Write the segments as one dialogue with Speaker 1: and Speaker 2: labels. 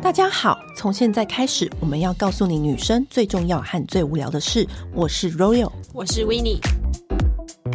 Speaker 1: 大家好，从现在开始，我们要告诉你女生最重要和最无聊的事。我是 Royal，
Speaker 2: 我是 w i n n i e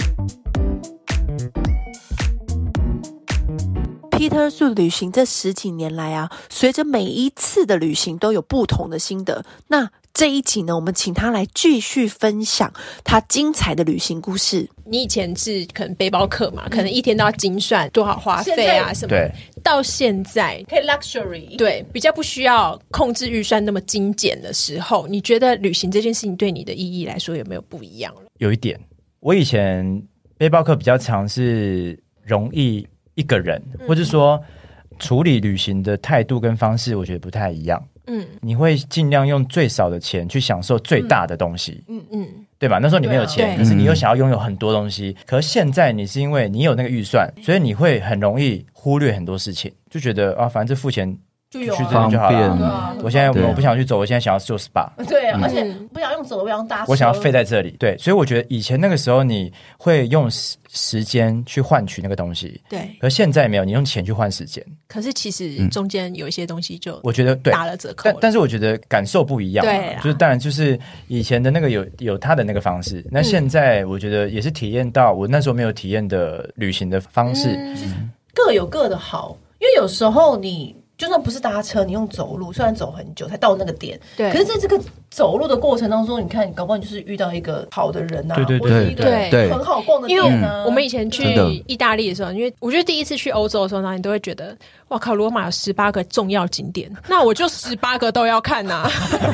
Speaker 1: 皮特树旅行这十几年来啊，随着每一次的旅行都有不同的心得。那这一集呢，我们请他来继续分享他精彩的旅行故事。
Speaker 2: 你以前是可能背包客嘛，可能一天都要精算多少花费啊什么
Speaker 3: 对。
Speaker 2: 到现在，
Speaker 4: 可以 luxury。
Speaker 2: 对比较不需要控制预算那么精简的时候，你觉得旅行这件事情对你的意义来说有没有不一样了？
Speaker 3: 有一点，我以前背包客比较常是容易一个人，
Speaker 2: 嗯
Speaker 3: 或者说处理旅行的态度跟方式，我觉得不太一样。
Speaker 2: 嗯
Speaker 3: 你会尽量用最少的钱去享受最大的东西，
Speaker 2: 嗯，
Speaker 3: 对吧？那时候你没有钱，
Speaker 2: 对啊
Speaker 3: 可是你又想要拥有很多东西。可是现在你是因为你有那个预算，所以你会很容易忽略很多事情，就觉得啊，反正这付钱
Speaker 4: 就
Speaker 3: 去
Speaker 4: 有
Speaker 3: 这
Speaker 4: 啊
Speaker 3: 边就好
Speaker 5: 方
Speaker 3: 了。
Speaker 5: 便
Speaker 4: 啊
Speaker 3: 我现在
Speaker 5: 对
Speaker 3: 我不想去走，我现在想要做 SPA。
Speaker 4: 对啊，而且
Speaker 2: 嗯
Speaker 4: 不想用走，不想用搭车，
Speaker 3: 我想要废在这里，对，所以我觉得以前那个时候你会用时时间去换取那个东西，
Speaker 2: 对。
Speaker 3: 可现在没有，你用钱去换时间，
Speaker 2: 可是其实中间有一些东西就
Speaker 3: 我觉得嗯对，
Speaker 2: 打了折扣
Speaker 3: 但
Speaker 2: 了，
Speaker 3: 但是我觉得感受不一样嘛，
Speaker 2: 对啦啊
Speaker 3: 就是当然就是以前的那个有有他的那个方式，
Speaker 2: 嗯
Speaker 3: 那现在我觉得也是体验到我那时候没有体验的旅行的方式，
Speaker 2: 嗯
Speaker 4: 各有各的好，因为有时候你。就算不是搭车，你用走路，虽然走很久才到那个点，
Speaker 2: 对
Speaker 4: 可是在这个走路的过程当中，你看，搞不好你就是遇到一个好的人啊，
Speaker 3: 对对
Speaker 4: 或者是一
Speaker 2: 对
Speaker 4: 个
Speaker 5: 对
Speaker 4: 很好逛的
Speaker 2: 因
Speaker 4: 店
Speaker 2: 为
Speaker 3: 嗯
Speaker 4: 啊。
Speaker 2: 我们以前去
Speaker 5: 真的
Speaker 2: 意大利的时候，因为我觉得第一次去欧洲的时候，然后你都会觉得，哇靠，罗马有十八个重要景点，那我就十八个都要看啊呐、
Speaker 3: 对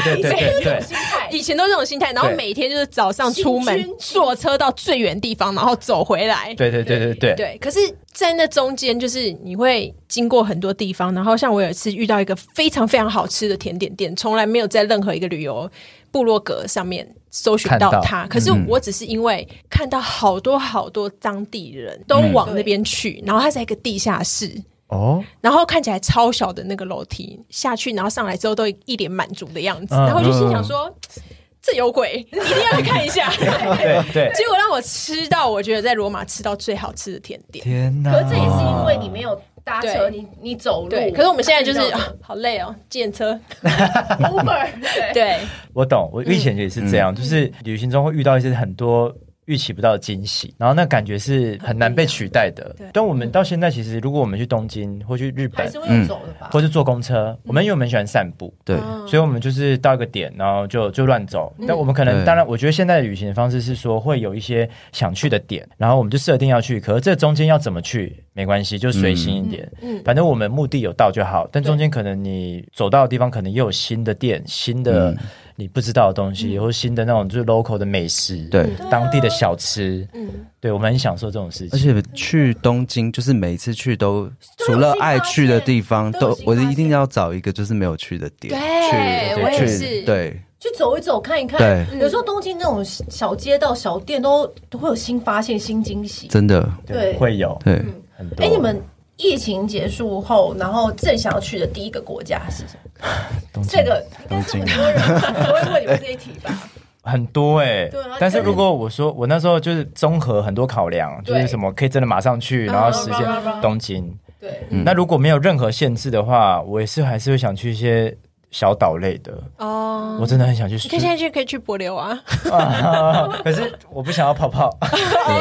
Speaker 3: 对 对对对，
Speaker 4: 心态
Speaker 2: 以前都这种心态，然后
Speaker 3: 对
Speaker 2: 每天就是早上出
Speaker 4: 行
Speaker 2: 门
Speaker 4: 军
Speaker 2: 坐车到最远地方，然后走回来。
Speaker 3: 对对对对对对，
Speaker 2: 对，可是，在那中间，就是你会经过很多地方，然后像我有一次遇到一个非常非常好吃的甜点店，从来没有在任何一个旅游部落格上面搜寻到
Speaker 3: 看到嗯
Speaker 2: 它。可是我只是因为看到好多好多当地人都
Speaker 3: 嗯
Speaker 2: 往那边去，然后它在一个地下室，
Speaker 3: 哦，
Speaker 2: 然后看起来超小的那个楼梯下去，然后上来之后都一脸满足的样子，
Speaker 3: 嗯
Speaker 2: 然后我就心想说。
Speaker 5: 嗯
Speaker 2: 这有鬼，一定要来看一下。
Speaker 3: 对对，
Speaker 2: 结果让我吃到，我觉得在罗马吃到最好吃的甜点。
Speaker 5: 天哪！
Speaker 4: 可是这也是因为你没有搭车，
Speaker 2: 对
Speaker 4: 你你走路。
Speaker 2: 对，可是我们现在就是、
Speaker 4: 遇到
Speaker 2: 啊好累哦，见车。
Speaker 4: Uber，对，
Speaker 2: 对，
Speaker 3: 我懂，我以前也是
Speaker 4: 嗯
Speaker 3: 这样，就是旅行中会遇到一些很多。预期不到的惊喜，然后那感觉是很难被取代的
Speaker 2: 对。
Speaker 3: 但我们到现在，其实如果我们去东京或去日
Speaker 4: 还
Speaker 3: 本
Speaker 4: 是，会啊嗯用走的吧
Speaker 3: 或。是坐公车，我们因为我们喜欢散步，
Speaker 5: 对，
Speaker 4: 嗯
Speaker 3: 所以我们就是到一个点，然后就就乱走。但我们可能，
Speaker 5: 对
Speaker 3: 当然，我觉得现在的旅行方式是说会有一些想去的点，然后我们就设定要去，可是这中间要怎么去没关系，就随心一点。
Speaker 2: 嗯嗯
Speaker 3: 反正我们目的有到就好，但中间可能你走到的地方，可能也有新的店、新的
Speaker 5: 嗯
Speaker 3: 你不知道的东
Speaker 4: 嗯
Speaker 3: 西，或者新的那种就是 local 的美食，
Speaker 5: 对，
Speaker 3: 当地的小吃。
Speaker 2: 嗯，
Speaker 3: 对，我们很享受这种事
Speaker 5: 而
Speaker 3: 情。
Speaker 5: 且去东京，就是每一次去
Speaker 4: 都
Speaker 5: 都
Speaker 4: 有
Speaker 5: 除了爱去的地
Speaker 4: 新
Speaker 5: 方，
Speaker 4: 发现
Speaker 5: 都
Speaker 4: 都有新
Speaker 5: 我
Speaker 4: 发现
Speaker 5: 一定要找一个就是没有去的点
Speaker 2: 对
Speaker 5: 去，
Speaker 3: 我也
Speaker 5: 去
Speaker 2: 是
Speaker 5: 对
Speaker 4: 去走一走，看一看。
Speaker 5: 对
Speaker 4: 有时候东京那种小街道、小店都都会有新发现、新惊喜。
Speaker 5: 真的
Speaker 4: 对
Speaker 3: 会有
Speaker 5: 对。
Speaker 3: 很多。
Speaker 4: 哎，你们疫情结束后，然后最想要去的第一个国家是什么？这个应该是很多人都会问你们这一题吧？
Speaker 3: 很多哎、
Speaker 4: 对啊
Speaker 3: 但是如果我说我那时候就是综合很多考量，就
Speaker 4: 对
Speaker 3: 是什么可以真的马上去，然后时间
Speaker 4: 嗯嗯嗯
Speaker 3: 东京。
Speaker 4: 对，
Speaker 3: 那如果没有任何限制的话，我也是还是会想去一些小岛类的。
Speaker 4: 嗯
Speaker 2: 哦，
Speaker 3: 我真的很想去
Speaker 2: 你看现在就可以去柏流啊。
Speaker 3: 啊， 可是我不想要泡 泡，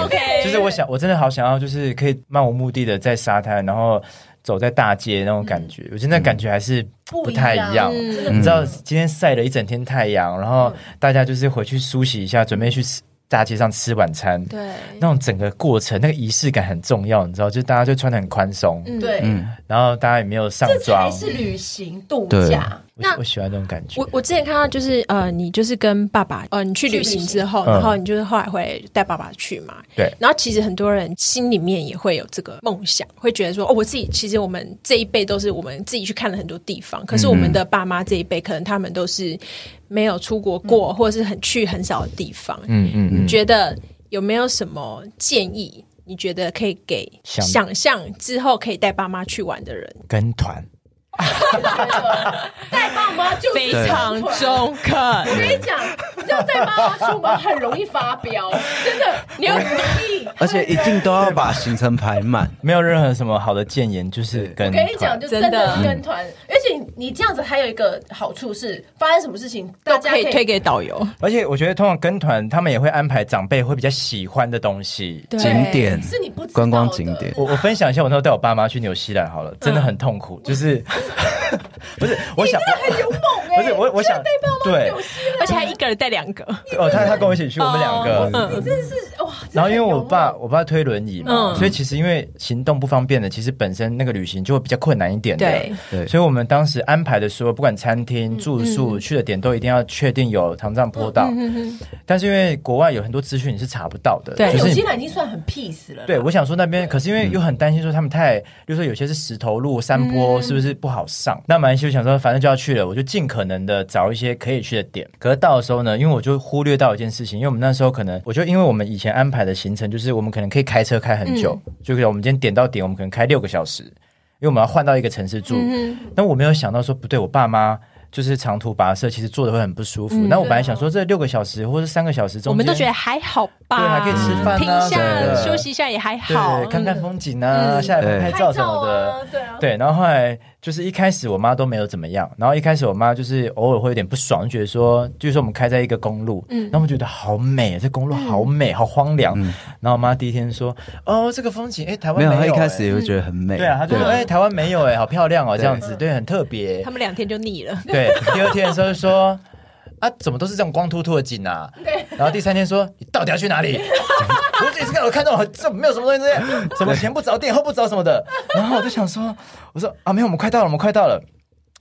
Speaker 2: OK，
Speaker 3: 就是我想我真的好想要，就是可以漫无目的的在沙滩，然后走在大街那种感觉。我觉得那感觉还是不太一样。
Speaker 2: 嗯
Speaker 4: 真的
Speaker 3: 你
Speaker 4: 嗯不
Speaker 3: 知
Speaker 4: 一
Speaker 3: 道
Speaker 4: 样
Speaker 3: 今天晒了一整天太阳，然
Speaker 4: 嗯
Speaker 3: 后大家就是回去梳洗一下，准备去吃大街上吃晚餐。
Speaker 2: 对，
Speaker 3: 那种整个过程，那个仪式感很重要，你知道，就大家就穿的很宽松，
Speaker 2: 嗯
Speaker 4: 对，
Speaker 3: 然后大家也没有上
Speaker 4: 这
Speaker 3: 妆
Speaker 4: 才，是旅行度
Speaker 5: 对
Speaker 4: 假。
Speaker 3: 我我喜欢这种感觉
Speaker 2: 我。我之前看到就是呃，你就是跟爸爸呃，你去旅行之后，
Speaker 3: 去旅行
Speaker 2: 然后你就是后来会带爸爸去嘛。
Speaker 3: 嗯对
Speaker 2: 然后其实很多人心里面也会有这个梦想，会觉得说哦，我自己其实我们这一辈都是我们自己去看了很多地方，可是我
Speaker 3: 嗯
Speaker 2: 们的爸妈这一辈可能他们都是没有出国过，或者是很去很少的地方。
Speaker 3: 嗯嗯
Speaker 2: 你
Speaker 3: 嗯，
Speaker 2: 觉得有没有什么建议？你觉得可以给
Speaker 3: 想
Speaker 2: 想象之后可以带爸妈去玩的人？
Speaker 3: 跟团
Speaker 4: 带包包就是
Speaker 2: 非常中
Speaker 4: 我跟
Speaker 2: 肯。
Speaker 4: 你讲，你知道带包包出门很容易发飙，真的，你要容易。
Speaker 5: 而且一定都要把行程排满。
Speaker 3: 没有任何什么好的建言，就是跟
Speaker 4: 我跟你讲，就真
Speaker 2: 真的
Speaker 4: 的跟团，而且你这样子还有一个好处是，发生什么事情大
Speaker 2: 都
Speaker 4: 家
Speaker 2: 可
Speaker 4: 可以
Speaker 2: 以推给导游，
Speaker 3: 而且我觉得通常跟团，他们也会安排长辈会比较喜欢的东西。
Speaker 2: 对
Speaker 5: 景点
Speaker 4: 是你不知道的
Speaker 5: 观光景点，
Speaker 3: 我我分享一下，我那时候带我爸妈去纽西兰好
Speaker 4: 嗯
Speaker 3: 了，真的很痛苦，就是 不是我想
Speaker 4: 很勇猛哎、
Speaker 3: 不是我我想
Speaker 4: 带包包
Speaker 3: 对
Speaker 4: 有戏了
Speaker 2: 而且还一个人带两个，
Speaker 3: 哦，他他跟我一起去，我们两个，
Speaker 2: 嗯
Speaker 4: 真的是哇！哦真的哦
Speaker 3: 然后因为
Speaker 4: 很
Speaker 3: 我
Speaker 4: 勇
Speaker 3: 爸
Speaker 4: 猛
Speaker 3: 我爸推轮椅嘛，
Speaker 2: 嗯
Speaker 3: 所以其实因为行动不方便的，其实本身那个旅行就会比较困难一点的。
Speaker 2: 对
Speaker 5: 对
Speaker 3: 所以我们当时安排的说，不管餐
Speaker 4: 嗯
Speaker 3: 厅、住宿、去的点，都一定要确定有糖藏坡
Speaker 4: 嗯
Speaker 3: 道。但是因为国外有很多资讯你是查不到的，
Speaker 2: 对
Speaker 3: 就是
Speaker 4: 纽
Speaker 3: 你
Speaker 4: 西兰已经算很 peace 了啦，
Speaker 3: 对，我想说那边，可是因为又很担心说他们太，比如说有些是石头路、山坡，是不是不好上？那马来西亚想说，反正就要去了，我就尽可能的找一些可以去的点。可是到的时候呢，因为我就忽略到一件事情，因为我们那时候可能，我就因为我们以前安排的行程就是我们可能可以开车开很久，就是我们今天点到点，我们可能开六个小时，因为我们要换到一个城市住。但我没有想到说，不对，我爸妈。就是长途跋涉，其实坐的会很不舒服。那、我本来想说，这六个小时或是三个小时中间，
Speaker 2: 我们都觉得还好
Speaker 3: 对，
Speaker 2: 吧，
Speaker 3: 还可以吃饭、啊，
Speaker 2: 停一下
Speaker 3: 对
Speaker 2: 休息一下也还
Speaker 3: 对
Speaker 2: 好，
Speaker 3: 看看风景啊，下来拍拍
Speaker 4: 嗯拍
Speaker 3: 照什
Speaker 4: 照
Speaker 3: 么的。
Speaker 4: 啊，对啊，
Speaker 3: 对，然后后来就是一开始我妈都没有怎么样，然后一开始我妈就是偶尔会有点不爽，就觉得说，就是说我们开在一个公路，嗯，然后我们觉得好美，这公路好美，
Speaker 4: 嗯
Speaker 3: 好荒凉。然后我妈第一天说，哦，这个风景，哎，台湾
Speaker 5: 没有，
Speaker 3: 有、
Speaker 5: 他一开
Speaker 3: 哎
Speaker 5: 始也会觉得很美。
Speaker 3: 对啊，她就说，哎，台湾没有，哎，好漂亮哦，这样子，对，很特别
Speaker 2: 他。们两天就腻了。
Speaker 3: 对，第二天的时候就说。啊，怎么都是这种光秃秃的景啊？然后第三天说，你到底要去哪里？我这次看我看到很这没有什么东西这样，什么前不着店后不着什么的。然后我就想说，我说啊，没有，我们快到了，我们快到了。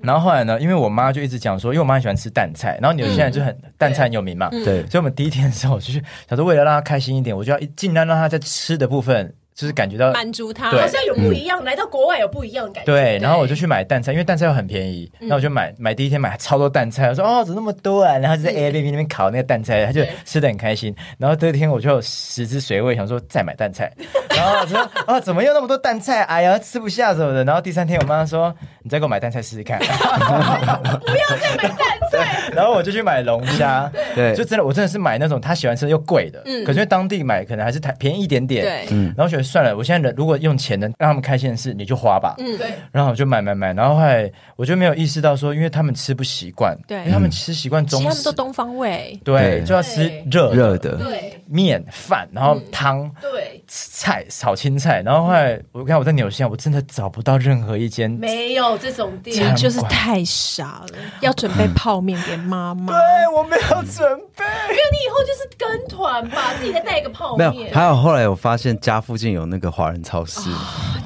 Speaker 3: 然后后来呢，因为我妈就一直讲说，因为我妈很喜欢吃蛋菜，然后纽西兰就很、蛋菜很有名嘛，
Speaker 5: 对
Speaker 3: 所以我们第一天的时候，我就去想说，为了让她开心一点，我就要一尽量让她在吃的部分就是感觉到
Speaker 2: 满足他，
Speaker 3: 对
Speaker 4: 好像有不一样，来到国外有不一样的感觉。嗯
Speaker 3: 对，然后我就去买蛋菜，因为蛋菜又很便宜，那我就买买第一天买超多蛋菜，我说哦怎么那么多啊？然后就在 A B B 那边烤那个蛋菜，他就
Speaker 4: 嗯对
Speaker 3: 吃的很开心。然后第二天我就有食之随味，想说再买 蛋菜，然后我说哦怎么又那么多蛋菜？哎呀吃不下什么的。然后第三天我妈说你再给我买蛋菜试 试看，
Speaker 4: 不要再买蛋菜，
Speaker 3: 然后我就去买龙虾，
Speaker 5: 对
Speaker 3: 就真的我真的是买那种他喜欢吃的又贵的，
Speaker 4: 嗯
Speaker 3: 可是因为当地买可能还是太便宜一点点，
Speaker 2: 对，
Speaker 3: 然后觉得算了，我现在人如果用钱能让他们开心的事，你就花吧，
Speaker 2: 嗯
Speaker 4: 对，
Speaker 3: 然后我就买买买，然后后来我就没有意识到说，因为他们吃不习惯，
Speaker 2: 对
Speaker 3: 因为他们吃习惯
Speaker 2: 其
Speaker 3: 中
Speaker 2: 实他们
Speaker 3: 式
Speaker 2: 都，东方味，
Speaker 3: 对，
Speaker 5: 对
Speaker 3: 就要吃
Speaker 4: 对
Speaker 3: 热的
Speaker 5: 热的，
Speaker 4: 对
Speaker 3: 面饭，然后汤、
Speaker 2: 嗯
Speaker 4: 对，
Speaker 3: 菜、炒青菜，然后后来我看我在纽西兰，我真的找不到任何一间，对
Speaker 4: 没有这种
Speaker 2: 其
Speaker 4: 店
Speaker 2: 实。就是太傻了，要准备泡面给妈妈。
Speaker 3: 哎我没有准备，
Speaker 4: 因为你以后就是跟团吧，自己再带一个泡
Speaker 5: 没
Speaker 4: 面。
Speaker 5: 有。还有后来我发现家附近有那个华人超市，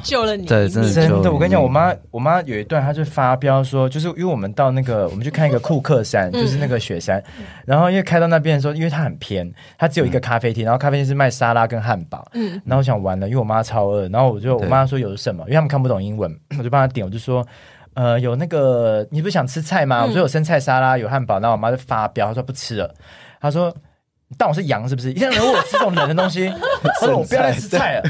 Speaker 2: 救了你一
Speaker 5: 对真
Speaker 2: 命
Speaker 5: 的
Speaker 3: 真的，
Speaker 5: 就
Speaker 3: 我跟你讲，我妈我妈有一段，她就发飙说，就是因为我们到那个，我们去看一个库克山，就是那个雪山，然后因为开到那边的时候，因为它很偏，它只有一个咖啡厅，然后咖啡厅是卖沙拉跟汉堡，嗯，然后我想完了，因为我妈超饿，然后我就我
Speaker 5: 对
Speaker 3: 妈说有什么，因为他们看不懂英文，我就帮她点，我就说。呃，有那个，你不是想吃菜吗？我说有生菜沙拉，有汉堡，然后我妈就发飙，她说不吃了，她说你当我是羊是不是？一天人问我吃这种冷的东西，她说我不要再吃菜了。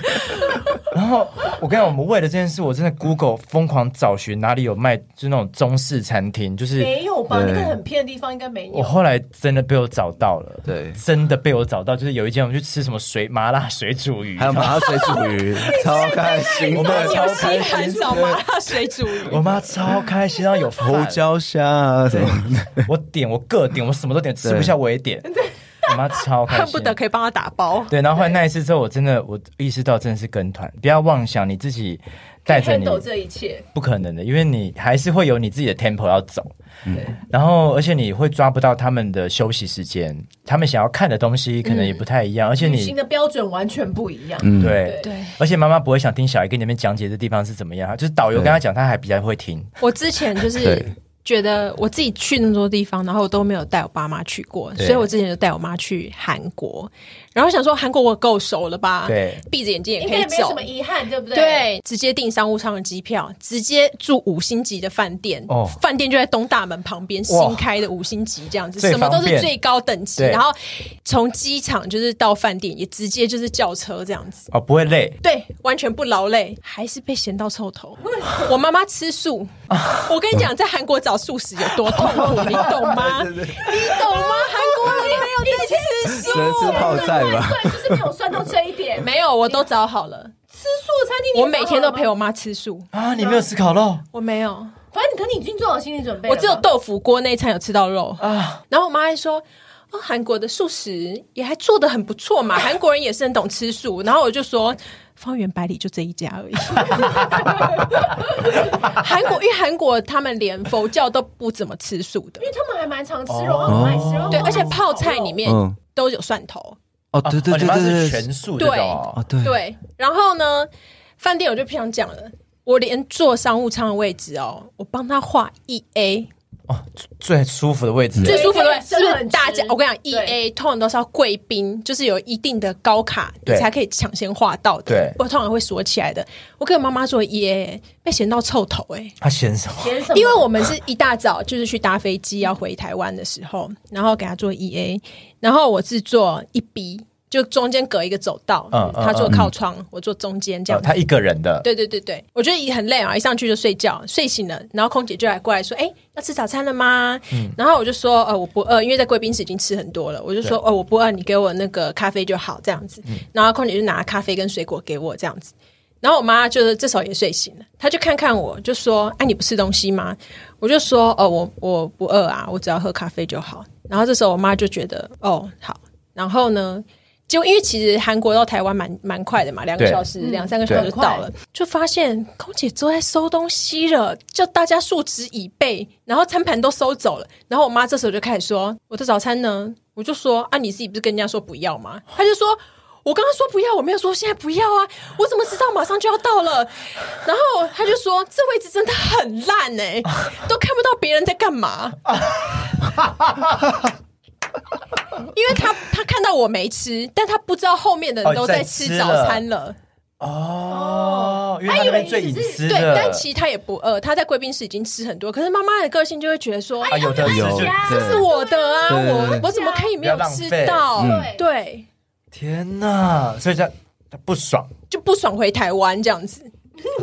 Speaker 3: 然后我跟你讲，我们为了这件事，我真的 Google 疯狂找寻哪里有卖，就是那种中式餐厅。就是
Speaker 4: 没有吧？那
Speaker 5: 对
Speaker 4: 个很偏的地方应该没
Speaker 3: 我
Speaker 4: 有。
Speaker 3: 后来真的被我找到了，
Speaker 5: 对
Speaker 3: 真的被我找到。就是有一间我们去吃什么水麻辣水煮鱼，
Speaker 5: 还有麻辣水煮鱼，超开心
Speaker 3: 我们
Speaker 5: 的，
Speaker 2: 纽西兰找麻辣水煮
Speaker 3: 我
Speaker 2: 鱼，
Speaker 3: 妈超开心，然后有
Speaker 5: 胡
Speaker 3: 饭，
Speaker 5: 椒虾啊什么的，
Speaker 3: 我点我各点，我什么都点，吃不下我也 点。我妈超开心，
Speaker 2: 恨不得可以帮 他打包。
Speaker 3: 对，然后后来那一次之后，我真的我意识到真的是跟团，不要妄想你自己带着你
Speaker 4: handle 这一切，
Speaker 3: 不可能的，因为你还是会有你自己的 tempo 要走，
Speaker 5: 嗯
Speaker 3: 然后而且你会抓不到他们的休息时间，他们想要看的东西可能也不太一样，而且
Speaker 4: 旅行
Speaker 3: 你
Speaker 4: 的标准完全不一样。
Speaker 5: 嗯，
Speaker 3: 对。
Speaker 4: 对，
Speaker 2: 对
Speaker 3: 而且妈妈不会想听小孩跟你们讲解这地方是怎么样，就是导游跟他讲，他还比较会听。
Speaker 2: 我之前就是
Speaker 5: 对。
Speaker 2: 觉得我自己去那么多地方，然后我都没有带我爸妈去过，
Speaker 3: 对
Speaker 2: 所以我之前就带我妈去韩国，然后想说韩国我够熟了吧，
Speaker 3: 对，
Speaker 2: 闭着眼睛也
Speaker 4: 应
Speaker 2: 可以
Speaker 4: 该也没有
Speaker 2: 走
Speaker 4: 什么。遗憾，对不对？，
Speaker 2: 对，直接订商务舱的机票，直接住五星级的饭店，
Speaker 3: 哦
Speaker 2: 饭店就在东大门旁边，
Speaker 3: 哇
Speaker 2: 新开的五星级这样子，
Speaker 3: 最
Speaker 2: 什么都
Speaker 3: 方
Speaker 2: 是
Speaker 3: 便
Speaker 2: 最高等级。
Speaker 3: 对
Speaker 2: 然后从机场就是到饭店，也直接就是叫车这样子。
Speaker 3: 哦，不会累，
Speaker 2: 对，完全不劳累，还是被嫌到臭头。我妈妈吃素，我跟你讲，在韩国找素食有多痛苦，你懂 吗？你懂吗？韩国人没有在吃素
Speaker 5: 只，能吃泡菜吧？
Speaker 4: 对，就是没有算到这一 点。
Speaker 2: 没有，我都找好了。
Speaker 4: 吃素的餐厅你也
Speaker 2: 我每天都陪
Speaker 4: 找好了吗，
Speaker 2: 我妈吃素，
Speaker 3: 啊，你没有吃烤肉
Speaker 2: 我没有，
Speaker 4: 反正可你已经做好心理准备了
Speaker 2: 我
Speaker 4: 吧。
Speaker 2: 只有豆腐锅那一餐有吃到肉。
Speaker 3: 啊？
Speaker 2: 然后我妈还说。哦，韩国的素食也还做的很不错嘛，韩国人也是很懂吃素。然后我就说，方圆百里就这一家而已。 韩国，因为韩国他们连佛教都不怎么吃素的
Speaker 4: 因，为他们还蛮常吃肉，
Speaker 3: 哦
Speaker 4: 他们爱吃肉，
Speaker 2: 对，而且泡菜里面
Speaker 5: 嗯
Speaker 2: 都有蒜头，
Speaker 5: 哦，对对
Speaker 3: 哦你
Speaker 5: 对
Speaker 3: 妈是
Speaker 5: 对对，
Speaker 3: 全素这种
Speaker 5: 哦
Speaker 3: 哦，
Speaker 5: 对，
Speaker 2: 对。然后呢，饭店我就不想讲了，我连坐商务舱的位置哦，我帮他画一 A，
Speaker 3: 哦，最舒服的位置，
Speaker 2: 最舒服的位置
Speaker 4: 真
Speaker 2: 是
Speaker 4: 的
Speaker 2: 不
Speaker 4: 很
Speaker 2: 是
Speaker 4: 值
Speaker 2: 大家？我跟你讲，E
Speaker 4: 对
Speaker 2: A 通常都是要贵宾，就是有一定的高卡，你
Speaker 3: 对
Speaker 2: 才可以抢先划到的。
Speaker 3: 对
Speaker 2: 我通常会锁起来的。我跟我妈妈做 E A，被嫌到臭头哎、
Speaker 3: 他嫌什么？
Speaker 4: 嫌什么？
Speaker 2: 因为我们是一大早就是去搭飞机要回台湾的时候，然后给她做 E A，然后我是做一 B，就中间隔一个走道，
Speaker 3: 嗯嗯
Speaker 2: 她做靠窗，我做中间这
Speaker 3: 哦
Speaker 2: 样子
Speaker 3: 他。一个人的，
Speaker 2: 对对对对，我觉得也很累啊，一上去就睡觉，睡醒了，然后空姐就来过来说：“哎，要吃早餐了吗？”然后我就说：“呃，我不饿，因为在贵宾室已经吃很多了。”我就说：“哦，我不饿，你给我那个咖啡就好，这样子。然后空姐就拿咖啡跟水果给我这样子。然后我妈就是这时候也睡醒了，她就看看我，就说：“哎、你不吃东西吗？”我就说：“哦，我我不饿啊，我只要喝咖啡就好。”然后这时候我妈就觉得：“哦，好。”然后呢，就因为其实韩国到台湾蛮蛮快的嘛，两个
Speaker 3: 对
Speaker 2: 小时、两三个小时
Speaker 4: 对
Speaker 2: 就到了，就发现空姐都在收东西了，叫大家竖直椅背，然后餐盘都收走了。然后我妈这时候就开始说：“我的早餐呢？”我就说：“啊，你自己不是跟人家说不要吗？”她就说。我刚刚说不要，我没有说现在不要啊！我怎么知道马上就要到了？然后她就说这位置真的很烂哎、都看不到别人在干嘛。因为他他看到我没吃，但他不知道后面的人都在吃早餐了。
Speaker 3: 哦，因为他那边最隐私
Speaker 2: 对，
Speaker 3: 的，
Speaker 2: 但其实他也不饿，他在贵宾室已经吃很多。可是妈妈的个性就会觉得说，
Speaker 3: 啊有的
Speaker 5: 有
Speaker 3: 就
Speaker 5: 对
Speaker 2: 这是我的啊，
Speaker 5: 对
Speaker 2: 我我怎么可以没有吃到？
Speaker 5: 嗯
Speaker 4: 对
Speaker 2: 对，
Speaker 3: 天哪，所以这样他不爽，
Speaker 2: 就不爽回台湾这样子。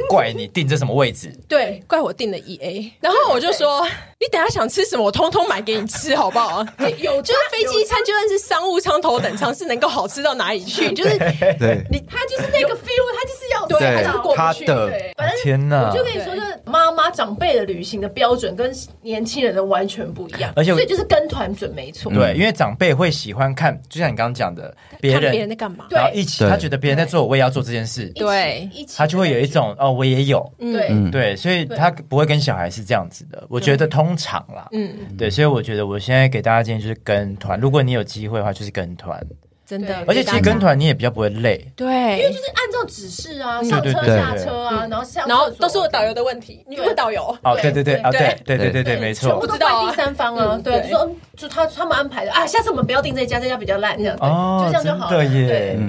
Speaker 3: 怪你定这什么位置？
Speaker 2: 对，怪我订了 E A，然后我就说，你等一下想吃什么，我通通买给你吃，好不好？ 有就是飞机餐，就算是商务舱、头等舱，是能够好吃到哪里去？就是
Speaker 3: 哎
Speaker 5: 对，
Speaker 2: 你
Speaker 4: 他就是那个 feel，他就是要
Speaker 2: 对
Speaker 4: 吃
Speaker 2: 他就是过不
Speaker 5: 他
Speaker 2: 去
Speaker 3: 哎
Speaker 5: 的
Speaker 4: 反正
Speaker 3: 天啊哪
Speaker 4: 我就跟你说，就是妈妈长辈的旅行的标准跟年轻人的完全不一样，
Speaker 3: 而且我
Speaker 4: 所以就是跟团准没错。
Speaker 3: 对，因为长辈会喜欢看，就像你刚刚讲的，别
Speaker 2: 看别人
Speaker 3: 人
Speaker 2: 在干嘛？
Speaker 4: 对
Speaker 3: 然后一起，
Speaker 5: 对
Speaker 3: 他觉得别人在做，我也要做这件事
Speaker 4: 一，起
Speaker 2: 对
Speaker 4: 一起
Speaker 3: 他就会有一种哦，我也有，
Speaker 4: 对
Speaker 5: 嗯
Speaker 3: 对，所以他不会跟小孩是这样子的。我觉得通常啦，
Speaker 2: 嗯，
Speaker 3: 对，所以我觉得我现在给大家建议就是跟团，如果你有机会的话，就是跟团，
Speaker 2: 真的。
Speaker 3: 而且其实跟团你也比较不会累。
Speaker 2: 对，
Speaker 4: 因为就是按照指示啊，上
Speaker 3: 对
Speaker 4: 车
Speaker 3: 对
Speaker 5: 对
Speaker 4: 下车啊，然后上
Speaker 2: 然后都是
Speaker 4: 是
Speaker 2: 我导游的问题，你问导游。
Speaker 3: 哦，对对对，啊，对对对
Speaker 5: 对
Speaker 3: 对对，没错
Speaker 4: 不。
Speaker 2: 知
Speaker 4: 知
Speaker 2: 道啊
Speaker 4: 道第三方啊
Speaker 2: 嗯，
Speaker 4: 对，
Speaker 2: 对
Speaker 4: 就说嗯就他他们安排的啊，下次我们不要订这家，这家比较烂，这样对
Speaker 3: 哦，
Speaker 4: 哎就这样就
Speaker 3: 真
Speaker 4: 好了。
Speaker 3: 的耶
Speaker 4: 对，！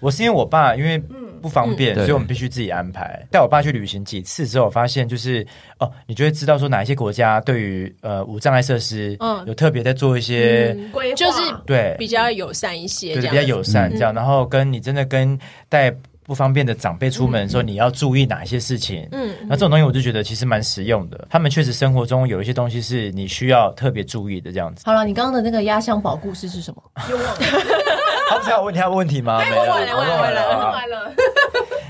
Speaker 3: 我是因为我爸因为不方便，
Speaker 5: 对
Speaker 3: 所以我们必须自己安排。带我爸去旅行几次之后，我发现就是哦，你就会知道说哪一些国家对于呃无障碍设施，
Speaker 2: 嗯
Speaker 3: 有特别在做一些
Speaker 4: 规划
Speaker 2: 就是
Speaker 3: 对
Speaker 2: 比较友善一些，
Speaker 3: 对
Speaker 2: 这
Speaker 3: 对
Speaker 2: 样
Speaker 3: 比较友善这样。然后跟你真的跟带不方便的长辈出门的时候，你要注意哪些事情。嗯，那这种东西我就觉得其实蛮实用的。他们确实生活中有一些东西是你需要特别注意的这 样子。
Speaker 4: 好了，你刚刚的那个压箱宝故事是什么？又忘了，
Speaker 3: 他不是要问你他问题吗？
Speaker 4: 哎
Speaker 3: 没有，
Speaker 2: 问完了
Speaker 3: 我
Speaker 2: 问完了
Speaker 3: 问
Speaker 4: 问
Speaker 3: 啊
Speaker 4: 完了。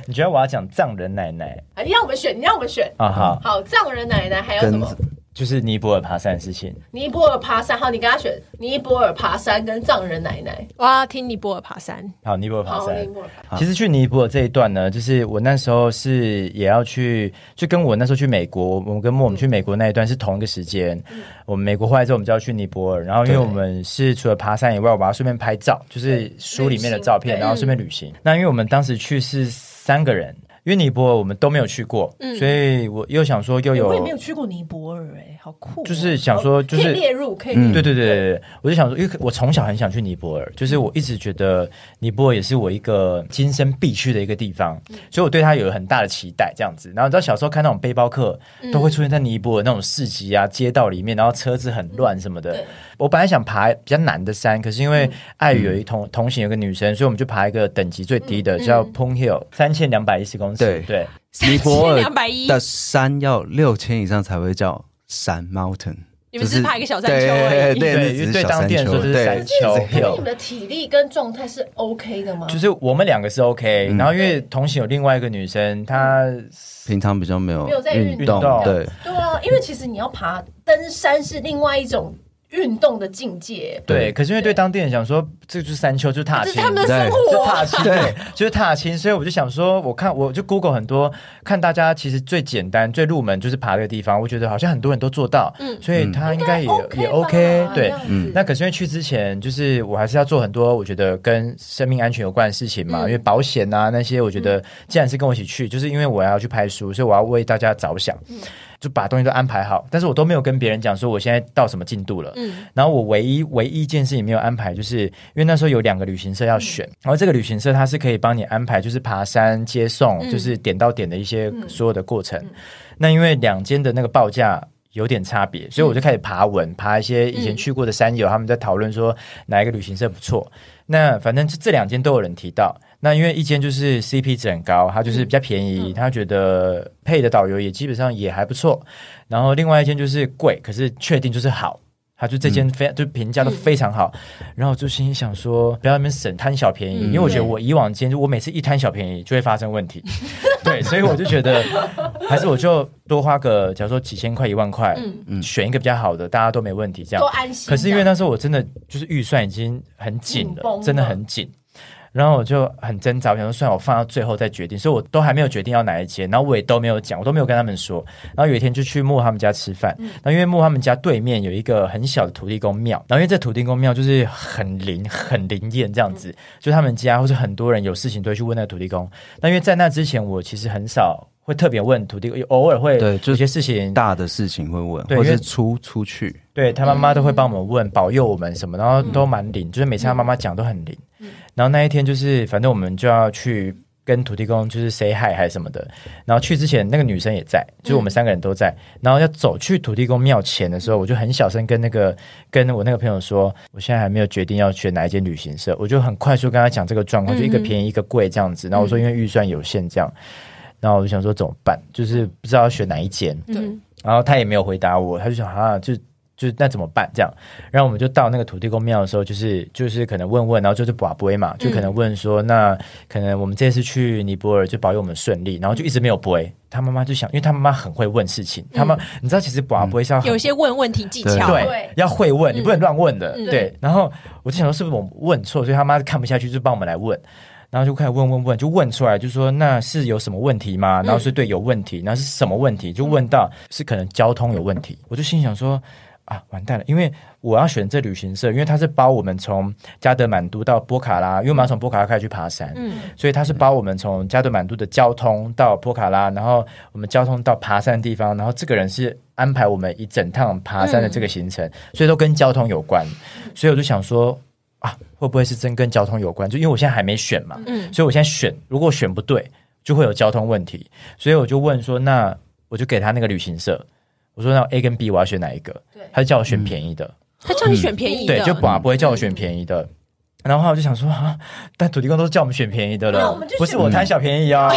Speaker 3: 你觉得我要讲藏人奶奶
Speaker 4: 啊你让我们选，你让我们选。
Speaker 3: 啊？哈，
Speaker 4: 好，藏人奶奶还有什
Speaker 5: 跟
Speaker 4: 么？
Speaker 3: 就是尼泊尔爬山的事情。
Speaker 4: 尼泊尔爬山，好，你给他选尼泊尔爬山跟藏人奶奶。
Speaker 2: 我要听尼泊尔爬山，
Speaker 3: 好，尼泊尔爬
Speaker 4: 好，尼
Speaker 3: 山。
Speaker 4: 泊尔爬
Speaker 3: 其实去尼泊尔这一段呢，就是我那时候是也要去，就跟我那时候去美国，我们跟莫我们去美国那一段是同一个时间。我们美国回来之后，我们就要去尼泊尔，然后因为我们是除了爬山以外，我们要顺便拍照，就是书里面的照片，
Speaker 4: 对
Speaker 3: 然后顺便旅行。嗯那因为我们当时去是三个嗯人，因为尼泊尔我们都没有去过，所以我又想说又
Speaker 4: 山。
Speaker 3: 有
Speaker 4: 我也没有去过尼泊尔，哎，
Speaker 1: 好酷哦、
Speaker 3: 就是想说，就
Speaker 4: 可以
Speaker 3: 是
Speaker 4: 列入，可以
Speaker 5: 嗯
Speaker 3: 对对对对，对我就想说，因为我从小很想去尼泊尔，就是我一直觉得尼泊尔也是我一个今生必去的一个地方，所以我对它有很大的期待。这样子，然后你知道小时候看那种背包客都会出现在尼泊尔那种市集啊、街道里面，然后车子很乱什么的
Speaker 4: 对。
Speaker 3: 我本来想爬比较难的山，可是因为碍于有
Speaker 5: 嗯
Speaker 3: 一同同行有个女生，所以我们就爬一个等级最低的，叫 Pung Hill，三千两百一十公尺
Speaker 5: 对。
Speaker 3: 对，
Speaker 5: 尼泊尔
Speaker 2: 两百一，
Speaker 5: 的山要六千以上才会叫山 mountain。
Speaker 2: 你们只是
Speaker 5: 就
Speaker 2: 爬一个小山丘而已
Speaker 5: 对对，
Speaker 3: 对
Speaker 5: 那
Speaker 3: 因为
Speaker 5: 只
Speaker 3: 对
Speaker 5: 是小
Speaker 3: 当
Speaker 5: 山
Speaker 3: 地人说
Speaker 5: 丘，
Speaker 3: 这是
Speaker 5: 对
Speaker 3: 山，丘
Speaker 5: 对
Speaker 4: 可是你们的体力跟状态是 OK 的吗？
Speaker 3: 就是我们两个是 OK，、然后
Speaker 5: 嗯
Speaker 3: 因为同行有另外一个女生，她
Speaker 5: 平常比较没有
Speaker 4: 没有在运
Speaker 5: 动
Speaker 3: 动，
Speaker 5: 对
Speaker 4: 对啊，因为其实你要爬登山是另外一种运动的境界，
Speaker 3: 对，
Speaker 5: 对
Speaker 3: 可是因为对
Speaker 4: 对
Speaker 3: 当地人讲说，这就是山丘，就是踏
Speaker 2: 这是
Speaker 3: 青，
Speaker 2: 他们的生
Speaker 5: 对
Speaker 3: 就
Speaker 2: 活。
Speaker 3: 踏青，对， 就是踏青。所以我就想说，我看我就 Google 很多，看大家其实最简单、最入门就是爬这个地方，我觉得好像很多人都做到，
Speaker 2: 嗯
Speaker 3: 所以他应该也、
Speaker 4: OK
Speaker 3: 也
Speaker 4: 吧
Speaker 3: OK，
Speaker 4: 这
Speaker 3: 对。
Speaker 4: 样子
Speaker 5: 嗯
Speaker 3: 那可是因为去之前，就是我还是要做很多我觉得跟生命安全有关的事情嘛，
Speaker 2: 嗯
Speaker 3: 因为保险啊那些，我觉得既然是跟我一起去，就是因为我要去拍书，所以我要为大家着想，
Speaker 2: 嗯
Speaker 3: 就把东西都安排好。但是我都没有跟别人讲说我现在到什么进度了。
Speaker 2: 嗯，
Speaker 3: 然后我唯一唯一一件事情没有安排，就是因为那时候有两个旅行社要选，
Speaker 2: 嗯
Speaker 3: 然后这个旅行社它是可以帮你安排，就是爬山、接送，
Speaker 2: 嗯
Speaker 3: 就是点到点的一些所有的过程。那因为两间的那个报价。有点差别，所以我就开始爬文，爬一些以前去过的山友，他们在讨论说哪一个旅行社不错。那反正这这两间都有人提到。那因为一间就是 CP 值很高，它就是比较便宜，他觉得配的导游也基本上也还不错。然后另外一间就是贵，可是确定就是好，他就这间非、就评价都非常好。然后我就心里想说，不要在那边省贪小便宜，
Speaker 2: 嗯
Speaker 3: 因为我觉得我以往间就我每次一贪小便宜就会发生问题， 对，所以我就觉得还是我就多花个，假如说几千块一万块，选一个比较好的，大家都没问题这样
Speaker 4: 都。安心。
Speaker 3: 可是因为
Speaker 4: 呢，
Speaker 3: 那时候我真的就是预算已经很紧
Speaker 4: 紧绷
Speaker 3: 了，
Speaker 4: 了
Speaker 3: 真的很紧。然后我就很挣扎，我想说算了，我放到最后再决定，所以我都还没有决定要哪一间，然后我也都没有讲，我都没有跟他们说。然后有一天就去木他们家吃饭，然后因为木他们家对面有一个很小的土地公庙，然后因为这土地公庙就是很灵很灵验这样子，就他们家或者很多人有事情都会去问那个土地公。那因为在那之前，我其实很少会特别问土地公，偶尔会
Speaker 5: 对就
Speaker 3: 有些事情
Speaker 5: 大的事情会问，
Speaker 3: 对
Speaker 5: 或
Speaker 3: 因为
Speaker 5: 是出出去，
Speaker 3: 对他妈妈都会帮我们问、保佑我们什么，然后都蛮灵，就是每次他妈妈讲都很灵。然后那一天就是，反正我们就要去跟土地公就是 say hi 还是什么的。然后去之前，那个女生也在，就是我们三个人都在。然后要走去土地公庙前的时候，我就很小声跟那个跟我那个朋友说，我现在还没有决定要选哪一间旅行社，我就很快速跟他讲这个状况，就一个便宜一个贵这样子。然后我说因为预算有限这样，然后我就想说怎么办，就是不知道要选哪一间。
Speaker 2: 对，
Speaker 3: 然后他也没有回答我，他就想啊，就就那怎么办这样？然后我们就到那个土地公庙的时候，就是就是可能问问，然后就是卜龟嘛，就可能问说，那可能我们这次去尼泊尔就保佑我们顺利，然后就一直没有龟。他妈妈就想，因为他妈妈很会问事情，他妈、你知道其实卜龟是要很
Speaker 2: 有一些问问题技巧，
Speaker 3: 对，
Speaker 4: 对
Speaker 3: 要会问，你不能乱问的。
Speaker 2: 嗯
Speaker 3: 对，然后我就想说是不是我问错，所以他妈看不下去，就帮我们来问。然后就开始问问问，就问出来，就说那是有什么问题
Speaker 2: 嗯
Speaker 3: 吗？然后是对有问题，然后是什么问题？就问到是可能交通有问题，我就心想说啊，完蛋了，因为我要选这旅行社，因为它是包我们从加德满都到波卡拉，因为我们要从波卡拉开始去爬山，
Speaker 2: 嗯
Speaker 3: 所以它是包我们从加德满都的交通到波卡拉，然后我们交通到爬山的地方，然后这个人是安排我们一整趟爬山的这个行程，所以都跟交通有关，所以我就想说啊，会不会是真跟交通有关？就因为我现在还没选嘛，
Speaker 2: 嗯
Speaker 3: 所以我现在选，如果选不对，就会有交通问题，所以我就问说，那我就给他那个旅行社，我说那 A 跟 B 我要选哪一个
Speaker 4: 对？
Speaker 3: 他就叫我选便宜的，
Speaker 2: 他叫你选便宜的，
Speaker 3: 对，就把不会叫我选便宜的。然后后来我就想说啊，但土地公都叫我们选便宜的
Speaker 4: 那
Speaker 3: 了
Speaker 4: 我们就，
Speaker 3: 不是
Speaker 4: 选嗯
Speaker 3: 我贪小便宜啊。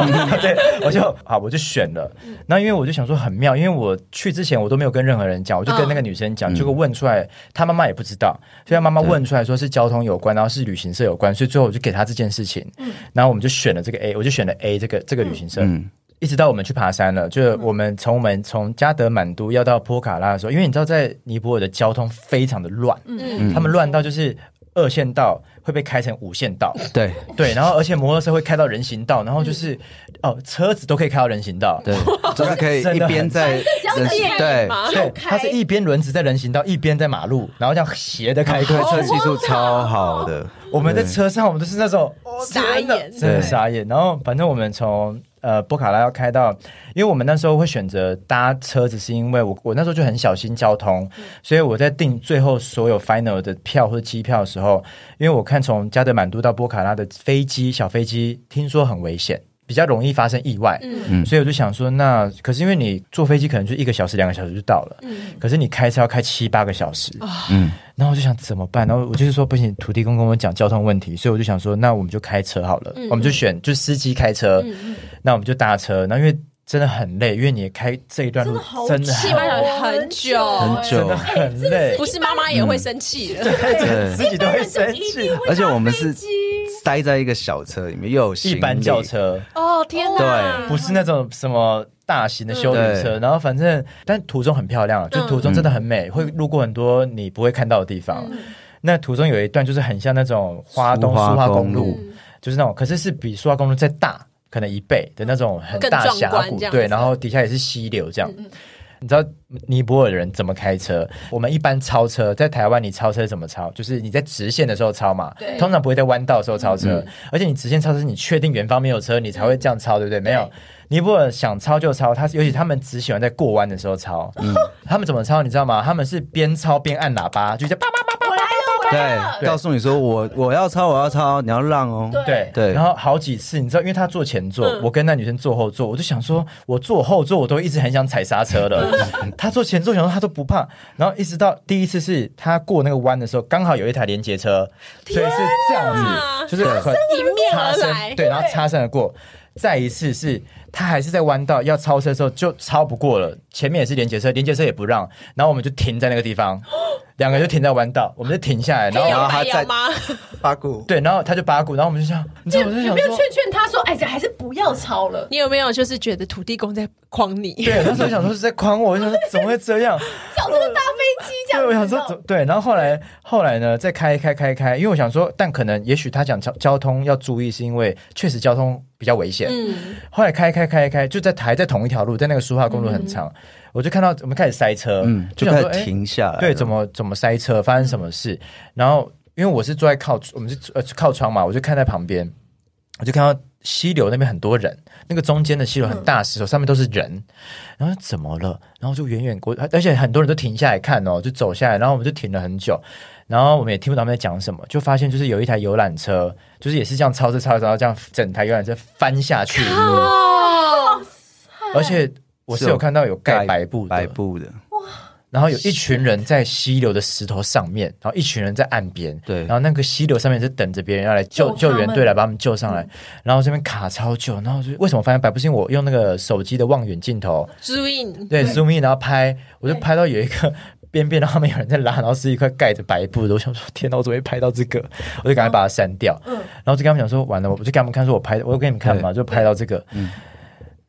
Speaker 3: 对，我就好，我就选了。那因为我就想说很妙，因为我去之前我都没有跟任何人讲，我就
Speaker 4: 嗯
Speaker 3: 跟那个女生讲，结果问出来，她妈妈也不知道，所以她妈妈问出来说是交通有关，然后是旅行社有关，所以最后我就给她这件事情。
Speaker 4: 嗯
Speaker 3: 然后我们就选了这个 A，我就选了 A 这个这个旅行社。
Speaker 5: 嗯，
Speaker 3: 一直到我们去爬山了，就是我们从我们从加德满都要到波卡拉的时候，因为你知道在尼泊尔的交通非常的乱，
Speaker 2: 嗯
Speaker 3: 他们乱到就是二线道会被开成五线道，
Speaker 5: 对
Speaker 3: 对，然后而且摩托车会开到人行道，然后就是、哦车子都可以开到人行道，
Speaker 5: 对，就是可以
Speaker 3: 真
Speaker 5: 一
Speaker 3: 的
Speaker 5: 边
Speaker 3: 很
Speaker 5: 在
Speaker 4: 要
Speaker 5: 人
Speaker 4: 练
Speaker 5: 对
Speaker 2: 嘛
Speaker 3: 对，
Speaker 4: 开
Speaker 3: 它是一边轮子在人行道，一边在马路，然后这样斜的开过
Speaker 5: 对
Speaker 3: 去。
Speaker 5: 车技术超好的，
Speaker 3: 我们在
Speaker 5: 对
Speaker 3: 车上，我们都是那种哦
Speaker 2: 傻眼
Speaker 3: 天哪真的
Speaker 5: 对
Speaker 3: 傻眼。然后反正我们从呃波卡拉要开到，因为我们那时候会选择搭车子，是因为我我那时候就很小心交通，
Speaker 2: 嗯
Speaker 3: 所以我在订最后所有 final 的票或者机票的时候，因为我看从加德满都到波卡拉的飞机小飞机，听说很危险。比较容易发生意外，
Speaker 2: 嗯
Speaker 5: 嗯
Speaker 3: 所以我就想说，那可是因为你坐飞机可能就一个小时、两个小时就到了，
Speaker 2: 嗯
Speaker 3: 可是你开车要开七八个小时，
Speaker 2: 哦
Speaker 5: 嗯，
Speaker 3: 然后我就想怎么办？然后我就是说不行，土地公跟我讲交通问题，所以我就想说，那我们就开车好了，
Speaker 2: 嗯
Speaker 3: 我们就选就司机开车，
Speaker 2: 嗯
Speaker 3: 那我们就搭车。那因为真的很累，因为你开这一段路
Speaker 4: 真的好
Speaker 3: 真的
Speaker 2: 七
Speaker 3: 很
Speaker 2: 八小时很久
Speaker 5: 很
Speaker 4: 哎
Speaker 5: 久
Speaker 3: 真的很累
Speaker 2: 不，是妈妈也会生气的。
Speaker 3: 嗯
Speaker 5: 对，
Speaker 3: 自己都会生
Speaker 4: 一
Speaker 3: 气
Speaker 4: 定。会
Speaker 5: 而且
Speaker 4: 搭
Speaker 5: 我们
Speaker 4: 飞
Speaker 5: 是
Speaker 4: 机
Speaker 5: 塞在一个小车里面，又有行
Speaker 3: 一
Speaker 5: 李
Speaker 3: 般轿，车
Speaker 2: 哦天哪！
Speaker 5: 对
Speaker 3: 不是那种什么大型的修理车，然后反正但途中很漂亮
Speaker 2: 嗯
Speaker 3: 啊，就途中真的很美，会路过很多你不会看到的地方。
Speaker 2: 嗯
Speaker 3: 那途中有一段就是很像那种花东
Speaker 5: 苏花
Speaker 3: 苏花公
Speaker 5: 公
Speaker 3: 路
Speaker 5: 路，
Speaker 3: 就是那种，可是是比苏花公路再大，可能一倍的那种很大
Speaker 2: 更壮
Speaker 3: 峡
Speaker 2: 观
Speaker 3: 谷
Speaker 2: 这，样子
Speaker 3: 对，然后底下也是溪流这样。你知道尼泊尔人怎么开车？我们一般超车，在台湾你超车怎么超？就是你在直线的时候超嘛，
Speaker 4: 对
Speaker 3: 通常不会在弯道的时候超车。而且你直线超车，你确定远方没有车，你才会这样超，对不对？没有，尼泊尔想超就超，他尤其他们只喜欢在过弯的时候超。他们怎么超？你知道吗？他们是边超边按喇叭，就叫叭叭叭叭。
Speaker 4: 我来了，我来了，
Speaker 5: 对，告诉你说我我要超，我要超，你要让哦，
Speaker 3: 对
Speaker 5: 对
Speaker 3: 然后好几次，你知道，因为他坐前座，
Speaker 2: 嗯
Speaker 3: 我跟那女生坐后座，我就想说，我坐后座我都一直很想踩刹车了，
Speaker 2: 嗯
Speaker 3: 他坐前座，想说他都不怕，然后一直到第一次是他过那个弯的时候，刚好有一台连接车，所以是这样
Speaker 2: 啊
Speaker 3: 子，就是很
Speaker 2: 迎面
Speaker 3: 擦
Speaker 2: 而
Speaker 3: 身
Speaker 2: 来
Speaker 3: 对，然后擦身而过。再一次是他还是在弯道要超车的时候就超不过了，前面也是连接车，连接车也不让，然后我们就停在那个地方，两个就停在弯道，我们就停下来，然后
Speaker 5: 然
Speaker 2: 摇
Speaker 5: 后他
Speaker 2: 摆
Speaker 5: 在
Speaker 2: 摇吗？
Speaker 5: 八股，
Speaker 3: 对，然后他就八股，然后我们就这样，你知道我就
Speaker 4: 有
Speaker 3: 想
Speaker 4: 没有
Speaker 3: 说，
Speaker 4: 劝劝他说，哎，还是不要超了？
Speaker 2: 你有没有就是觉得土地公在诓你？
Speaker 3: 对，那时候想说是在诓我，我就想说怎么会这样？
Speaker 4: 找这个搭飞机 这样子，哦
Speaker 3: 对，我想说
Speaker 4: 你知道
Speaker 3: 怎对，然后后来后来呢，再开开开开，因为我想说，但可能也许他讲交交通要注意，是因为确实交通比较危险。
Speaker 2: 嗯，
Speaker 3: 后来开开开开，就在台在同一条路，在那个苏化公路
Speaker 4: 嗯
Speaker 3: 很长，我就看到我们开始塞车，
Speaker 5: 嗯，就
Speaker 3: 想
Speaker 5: 开
Speaker 3: 说
Speaker 5: 始。停下来
Speaker 3: 哎
Speaker 5: 了，
Speaker 3: 对，怎么怎么塞车，发生什么事？然后因为我是坐在靠，我们是呃靠窗嘛，我就看在旁边，我就看到溪流那边很多人，那个中间的溪流很大石头，上面都是人。然后怎么了？然后就远远过，而且很多人都停下来看哦，就走下来，然后我们就停了很久，然后我们也听不懂他们在讲什么，就发现就是有一台游览车，就是也是这样超车超车，超车这样整台游览车翻下去，
Speaker 2: 哦，
Speaker 3: 而且我是有看到有盖白布的，
Speaker 5: 白布的，
Speaker 3: 然后有一群人在溪流的石头上面，然后一群人在岸边，
Speaker 5: 对
Speaker 3: 然后那个溪流上面是等着别人要来救
Speaker 4: 救
Speaker 3: 救
Speaker 4: 他们
Speaker 3: 援队来把他们救上来，然后这边卡超久，然后就为什么发现白不是因为我用那个手机的望远镜头，
Speaker 2: 朱印，
Speaker 3: 对，zoom in 然后拍，我就拍到有一个。边边，然后他们有人在拉，然后是一块盖着白布的。我想说，天哪，我怎么会拍到这个？我就赶快把它删掉。
Speaker 4: 嗯
Speaker 3: 然后就跟他们讲说，完了，我就给他们看，说我拍，我有给你们看嘛，就拍到这个。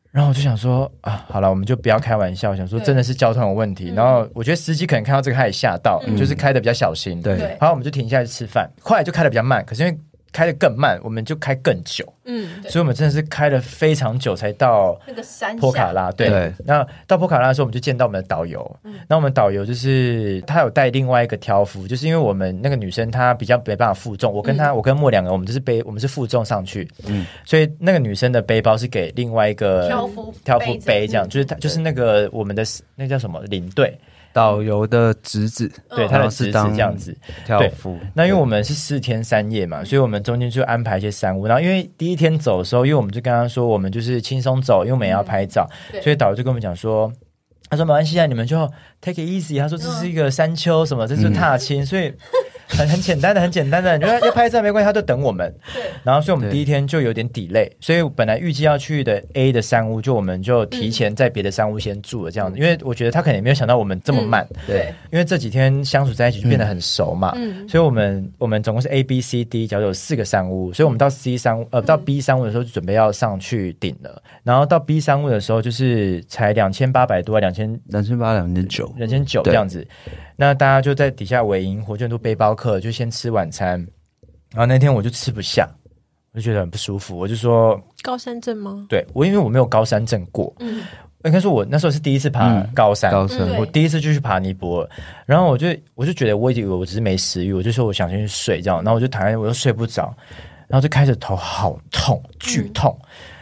Speaker 3: 然后我就想说啊，好了，我们就不要开玩笑，想说
Speaker 4: 对
Speaker 3: 真的是交通有问题。然后我觉得司机可能看到这个他也吓到，就是开的比较小心。
Speaker 5: 对
Speaker 4: 对
Speaker 3: 然后我们就停下来吃饭，后来就开的比较慢，可是因为开的更慢，我们就开更久，
Speaker 2: 嗯，
Speaker 4: 对
Speaker 3: 所以我们真的是开了非常久才到
Speaker 4: 那个山下
Speaker 3: 波卡，拉，对。
Speaker 5: 对
Speaker 3: 那到波卡拉的时候，我们就见到我们的导游。那我们导游就是他有带另外一个挑夫，就是因为我们那个女生她比较没办法负重，我跟她，我跟莫两个，我们就是背，我们是负重上去，嗯，所以那个女生的背包是给另外一个
Speaker 4: 挑夫
Speaker 3: 挑夫背
Speaker 4: 背
Speaker 3: 这
Speaker 4: 着嗯
Speaker 3: 样，就是他就是那个我们的那叫什么领队，
Speaker 5: 导游的侄子，
Speaker 4: 嗯
Speaker 3: 对他
Speaker 5: 然
Speaker 3: 的
Speaker 5: 后
Speaker 3: 侄
Speaker 5: 是
Speaker 3: 子
Speaker 5: 当
Speaker 3: 这样子。
Speaker 5: 跳
Speaker 3: 对
Speaker 5: 夫，
Speaker 3: 那因为我们是四天三夜嘛，所以我们中间就安排一些山屋。然后因为第一天走的时候，因为我们就跟他说，我们就是轻松走，因为我们也要拍照，
Speaker 4: 对
Speaker 3: 所以导游就跟我们讲说。他说没关系啊，你们就 take it easy。他说这是一个山丘什么，这是踏青，所以很很简单的，很简单的。你 要要拍照没关系，他就等我们。然后所以我们
Speaker 5: 对
Speaker 3: 第一天就有点 delay，所以本来预计要去的 A 的山屋，就我们就
Speaker 5: 嗯
Speaker 3: 提前在别的山屋先住了这样子，因为我觉得他可能也没有想到我们这么慢，
Speaker 5: 嗯对，嗯
Speaker 3: 因为这几天相处在一起就变得很熟嘛，所以我们我们总共是 A、B、C、D，假如有四个山屋，所以我们到 C 山屋呃到
Speaker 5: 嗯
Speaker 3: B 山屋的时候就准备要上去顶了，然后到 B 山屋的时候就是才两千八百多，啊两千
Speaker 5: 两千八两千九，
Speaker 3: 人间酒
Speaker 5: 对
Speaker 3: 这样子。那大家就在底下围营，火箭都背包客就先吃晚餐。然后那天我就吃不下，我就觉得很不舒服，我就说，
Speaker 2: 高山症吗？
Speaker 3: 对我因为我没有高山症过，
Speaker 2: 嗯
Speaker 3: 应该说我那时候是第一次爬
Speaker 5: 嗯
Speaker 3: 高山，
Speaker 5: 高升
Speaker 4: 嗯对
Speaker 3: 我第一次就去爬尼泊尔，然后我就我就觉得我以为我只是没食欲，我就说我想先去睡这样，然后我就躺在我又睡不着，然后就开始头好痛，剧痛，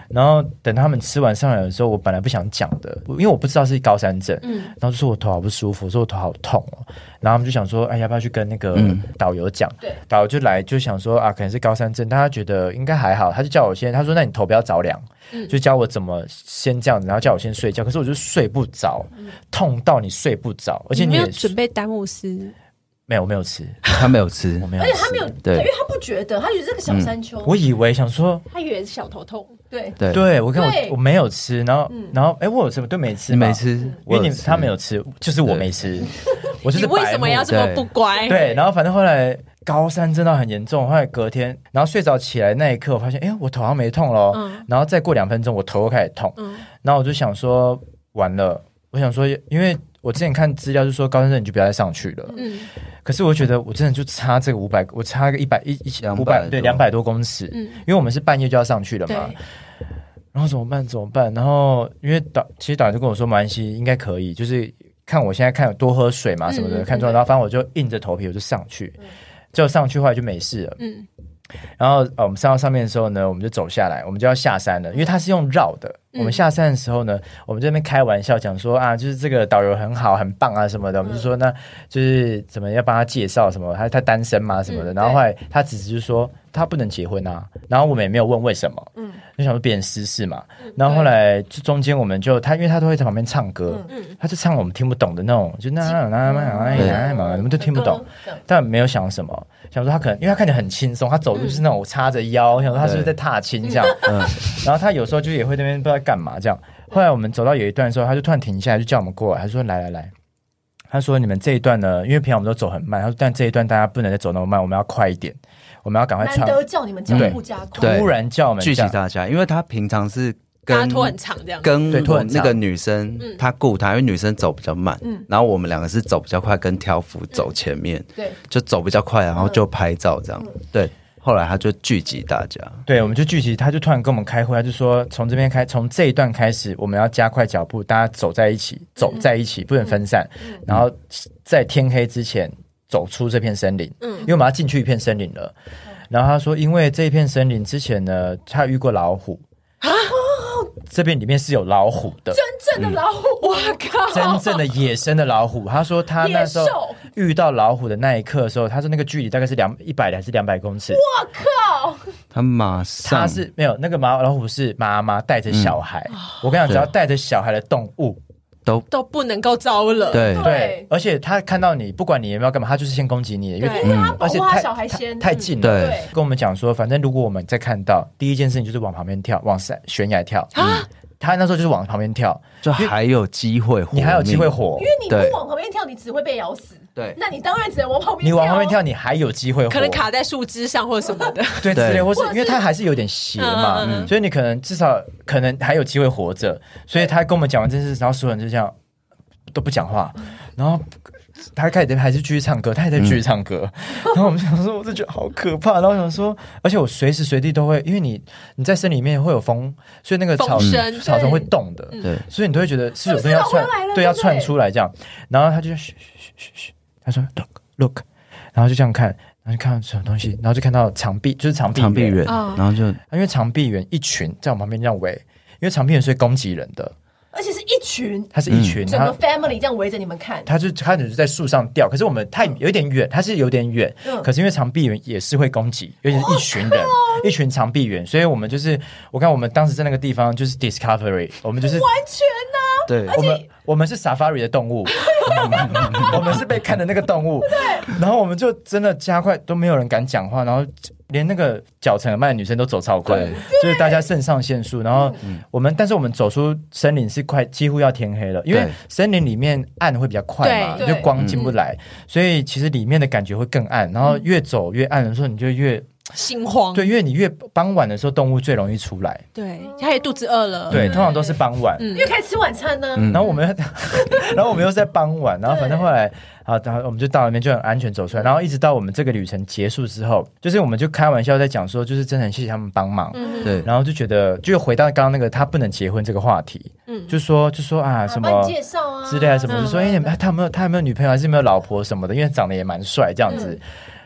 Speaker 3: 然后等他们吃完上来的时候，我本来不想讲的，因为我不知道是高山症，然后就说我头好不舒服，我说我头好痛哦，然后他们就想说，哎，要不要去跟那个
Speaker 5: 嗯
Speaker 3: 导游讲？
Speaker 4: 对
Speaker 3: 导游就来就想说啊，可能是高山症，但他觉得应该还好，他就叫我先，他说那你头不要着凉，
Speaker 2: 嗯
Speaker 3: 就教我怎么先这样子，然后叫我先睡觉，可是我就睡不着，痛到你睡不着，而
Speaker 2: 嗯你
Speaker 3: 且你
Speaker 2: 没
Speaker 3: 也
Speaker 2: 有准备丹姆斯，
Speaker 3: 没有，我没有吃，
Speaker 5: 他没有吃
Speaker 3: 我，没有
Speaker 4: 而
Speaker 2: 哎
Speaker 3: 吃，
Speaker 4: 且他没有，
Speaker 5: 对
Speaker 4: 因为他不觉得，他觉得这个小山丘，
Speaker 3: 我以为想说，
Speaker 2: 他以为是小头痛，
Speaker 4: 对，
Speaker 5: 对，
Speaker 3: 对我看
Speaker 4: 对
Speaker 3: 我我没有吃，然后
Speaker 2: 嗯
Speaker 3: 然后哎，我有什么都没吃
Speaker 5: 你
Speaker 3: 嘛，
Speaker 5: 没吃，
Speaker 3: 因
Speaker 5: 我
Speaker 3: 为你
Speaker 5: 吃
Speaker 3: 他没有吃，就是我没吃，我就
Speaker 2: 你
Speaker 3: 是
Speaker 2: 为
Speaker 3: 白
Speaker 2: 什么
Speaker 3: 目
Speaker 2: 要这么不乖？
Speaker 3: 对，然后反正后来高山真的很严重，后来隔天，然后睡着起来那一刻，我发现哎，我头好像没痛了，
Speaker 2: 嗯
Speaker 3: 然后再过两分钟，我头又开始痛，
Speaker 2: 嗯
Speaker 3: 然后我就想说完了，我想说，因为我之前看资料就说高山症你就不要再上去了，
Speaker 2: 嗯
Speaker 3: 可是我觉得我真的就差这个五百，我差个一百一一千
Speaker 5: 200
Speaker 3: 五百对
Speaker 5: 多
Speaker 3: 两百多公尺，
Speaker 2: 嗯
Speaker 3: 因为我们是半夜就要上去了嘛
Speaker 2: 对。
Speaker 3: 然后怎么办？怎么办？然后因为导其实导游就跟我说，马来西应该可以，就是看我现在看有多喝水嘛什么的，
Speaker 2: 嗯嗯
Speaker 3: 看状态。然后反正我就硬着头皮我就上去，就上去后来就没事了。
Speaker 2: 嗯
Speaker 3: 然后呃，我们上到上面的时候呢，我们就走下来，我们就要下山了，因为它是用绕的。
Speaker 2: 嗯
Speaker 3: 我们下山的时候呢，我们这边开玩笑讲说啊，就是这个导游很好，很棒啊什么的。我们就说那就是怎么要帮他介绍什么，他他单身嘛什么的。
Speaker 2: 嗯
Speaker 3: 然后后来他只是就说他不能结婚啊，然后我们也没有问为什么，嗯，就想说别人私事嘛。然后后来就中间我们就他，因为他都会在旁边唱歌，
Speaker 4: 嗯
Speaker 3: 他就唱我们听不懂的那种，就那那那那那那，我们都听不懂。
Speaker 4: 这样。
Speaker 3: 但没有想什么，想说他可能因为他看起来很轻松，他走路就是那种叉着腰，我想说他是不是在踏青这样。
Speaker 5: 嗯
Speaker 3: 然后他有时候就也会那边不知道干嘛这样。后来我们走到有一段的时候，他就突然停下来，就叫我们过来，他说：“来来来。”他说：“你们这一段呢，因为平常我们都走很慢，他说但这一段大家不能再走那么慢，我们要快一点，我们要赶快
Speaker 4: 难
Speaker 3: 穿。
Speaker 4: 得叫你们脚
Speaker 3: 嗯对
Speaker 4: 步加”快，
Speaker 5: 对
Speaker 3: 突然叫我们
Speaker 5: 聚
Speaker 3: 这
Speaker 5: 集
Speaker 3: 样
Speaker 5: 大家，因为他平常是
Speaker 2: 大家
Speaker 5: 跟
Speaker 2: 拖很长这样，
Speaker 5: 跟
Speaker 3: 对拖
Speaker 5: 我
Speaker 3: 很长
Speaker 5: 那个女生，
Speaker 4: 嗯
Speaker 5: 她顾她，因为女生走比较慢，然后我们两个是走比较快，跟挑夫走前面，
Speaker 4: 嗯对，嗯
Speaker 5: 就走比较快，然后就拍照这样，对。后来他就聚集大家，
Speaker 3: 对，我们就聚集，他就突然跟我们开会，他就说从这边开，从这一段开始，我们要加快脚步，大家走在一起，走在一起，不能分散，然后在天黑之前走出这片森林，嗯，因为我们要进去一片森林了。然后他说，因为这一片森林之前呢，他有遇过老虎啊，这边里面是有老虎的，
Speaker 4: 真正的老虎，我靠，
Speaker 3: 真正的野生的老虎。他说嗯他那时
Speaker 4: 野
Speaker 3: 候
Speaker 4: 兽
Speaker 3: 遇到老虎的那一刻的时候，他说那个距离大概是两一百还是两百公尺，
Speaker 5: 他马
Speaker 3: 他
Speaker 5: 上
Speaker 3: 是没有那个马老虎是妈妈带着小孩，我跟你讲，只要带着小孩的动物，
Speaker 5: 都
Speaker 2: 都不能够招惹。
Speaker 5: 对
Speaker 4: 对
Speaker 3: 而且他看到你，不管你有没有干嘛，他就是先攻击你的，因为
Speaker 2: 对
Speaker 4: 因为他保
Speaker 3: 嗯而且
Speaker 4: 护他
Speaker 3: 太
Speaker 4: 小孩
Speaker 3: 太
Speaker 4: 先，嗯
Speaker 3: 太近了，
Speaker 5: 对
Speaker 4: 对
Speaker 3: 跟我们讲说，反正如果我们再看到第一件事情就是往旁边跳，往山悬崖跳，
Speaker 4: 啊
Speaker 2: 啊
Speaker 3: 他那时候就是往旁边跳，
Speaker 5: 就还有机会活
Speaker 3: 你
Speaker 5: 命，
Speaker 3: 还有机会活，
Speaker 4: 因为你
Speaker 5: 对
Speaker 4: 不往旁边跳，你只会被咬死。
Speaker 5: 对
Speaker 4: 那你当然只能往旁边，
Speaker 3: 你往旁边跳，，你还有机会活，
Speaker 2: 可能卡在树枝上或者什么的，
Speaker 3: 对
Speaker 5: 对
Speaker 3: 之类，或是
Speaker 4: 或者
Speaker 3: 因
Speaker 4: 是
Speaker 3: 为他还是有点斜嘛，
Speaker 2: 嗯嗯
Speaker 3: 所以你可能至少可能还有机会活着。所以他跟我们讲完这件事，然后所有人就这样都不讲话，然后。他开始还是继续唱歌，他也在继续唱歌。 然后我们想说，我就觉得好可怕。然后想说，而且我随时随地都会，因为你你在森林里面会有风，所以那个草
Speaker 2: 风声
Speaker 3: 草丛会动的，
Speaker 5: 对
Speaker 3: 所以你都会觉得是有东西
Speaker 4: 是
Speaker 3: 要
Speaker 4: 老
Speaker 3: 窜
Speaker 4: 回来了，
Speaker 3: 对，要
Speaker 4: 对不对
Speaker 3: 窜出来这样。然后他就嘘嘘嘘嘘，他说 look look，然后就这样看，然后就看到什么东西，然后就看到长臂，就是长臂
Speaker 5: 长臂
Speaker 3: 猿
Speaker 5: 猿，
Speaker 4: 哦
Speaker 2: 啊
Speaker 5: 然后就
Speaker 3: 因为长臂猿一群在我旁边这样围，因为长臂猿是会攻击人的，
Speaker 4: 而且是一群，
Speaker 3: 它是一群，
Speaker 4: 整
Speaker 3: 它
Speaker 4: 个 family 这样围着你们看，
Speaker 3: 它就它只是在树上吊，可是我们太有点远，它是有点远，
Speaker 4: 嗯
Speaker 3: 可是因为长臂猿也是会攻击，尤其是一群人，一群长臂猿，所以我们就是，我看我们当时在那个地方就是 discovery，我们就是
Speaker 4: 完全呐、
Speaker 5: 对
Speaker 3: 我们我们是 safari 的动物，我们是被看的那个动物。然后我们就真的加快，都没有人敢讲话，然后连那个脚程很慢的女生都走超快
Speaker 5: 对，
Speaker 3: 就是大家肾上腺素。然后我们，但是我们走出森林是快几乎要天黑了，因为
Speaker 5: 对
Speaker 3: 森林里面暗会比较快嘛，
Speaker 4: 对
Speaker 3: 就
Speaker 4: 对
Speaker 3: 光进不来，所以其实里面的感觉会更暗。然后越走越暗的时候，你就越
Speaker 2: 心慌。
Speaker 3: 对，因为你越傍晚的时候，动物最容易出来。
Speaker 2: 对，他也肚子饿了。嗯
Speaker 3: 对，通常都是傍晚。
Speaker 4: 因为开始吃晚餐呢、
Speaker 5: 嗯
Speaker 3: 然后我们， 然后我们又在傍晚，然后反正后来啊，然后我们就到那边就很安全走出来，然后一直到我们这个旅程结束之后，就是我们就开玩笑在讲说，就是真的很谢谢他们帮忙，
Speaker 4: 嗯
Speaker 2: 嗯
Speaker 5: 对，
Speaker 3: 然后就觉得就回到刚刚那个他不能结婚这个话题，就说就说啊
Speaker 4: 嗯啊
Speaker 3: 什
Speaker 4: 帮
Speaker 3: 么
Speaker 4: 你介绍啊
Speaker 3: 之类的什么，就
Speaker 2: 嗯
Speaker 3: 说哎、你们他有没有他有没有女朋友还是有没有老婆什么的，因为
Speaker 2: 嗯
Speaker 3: 长得也蛮帅这样子，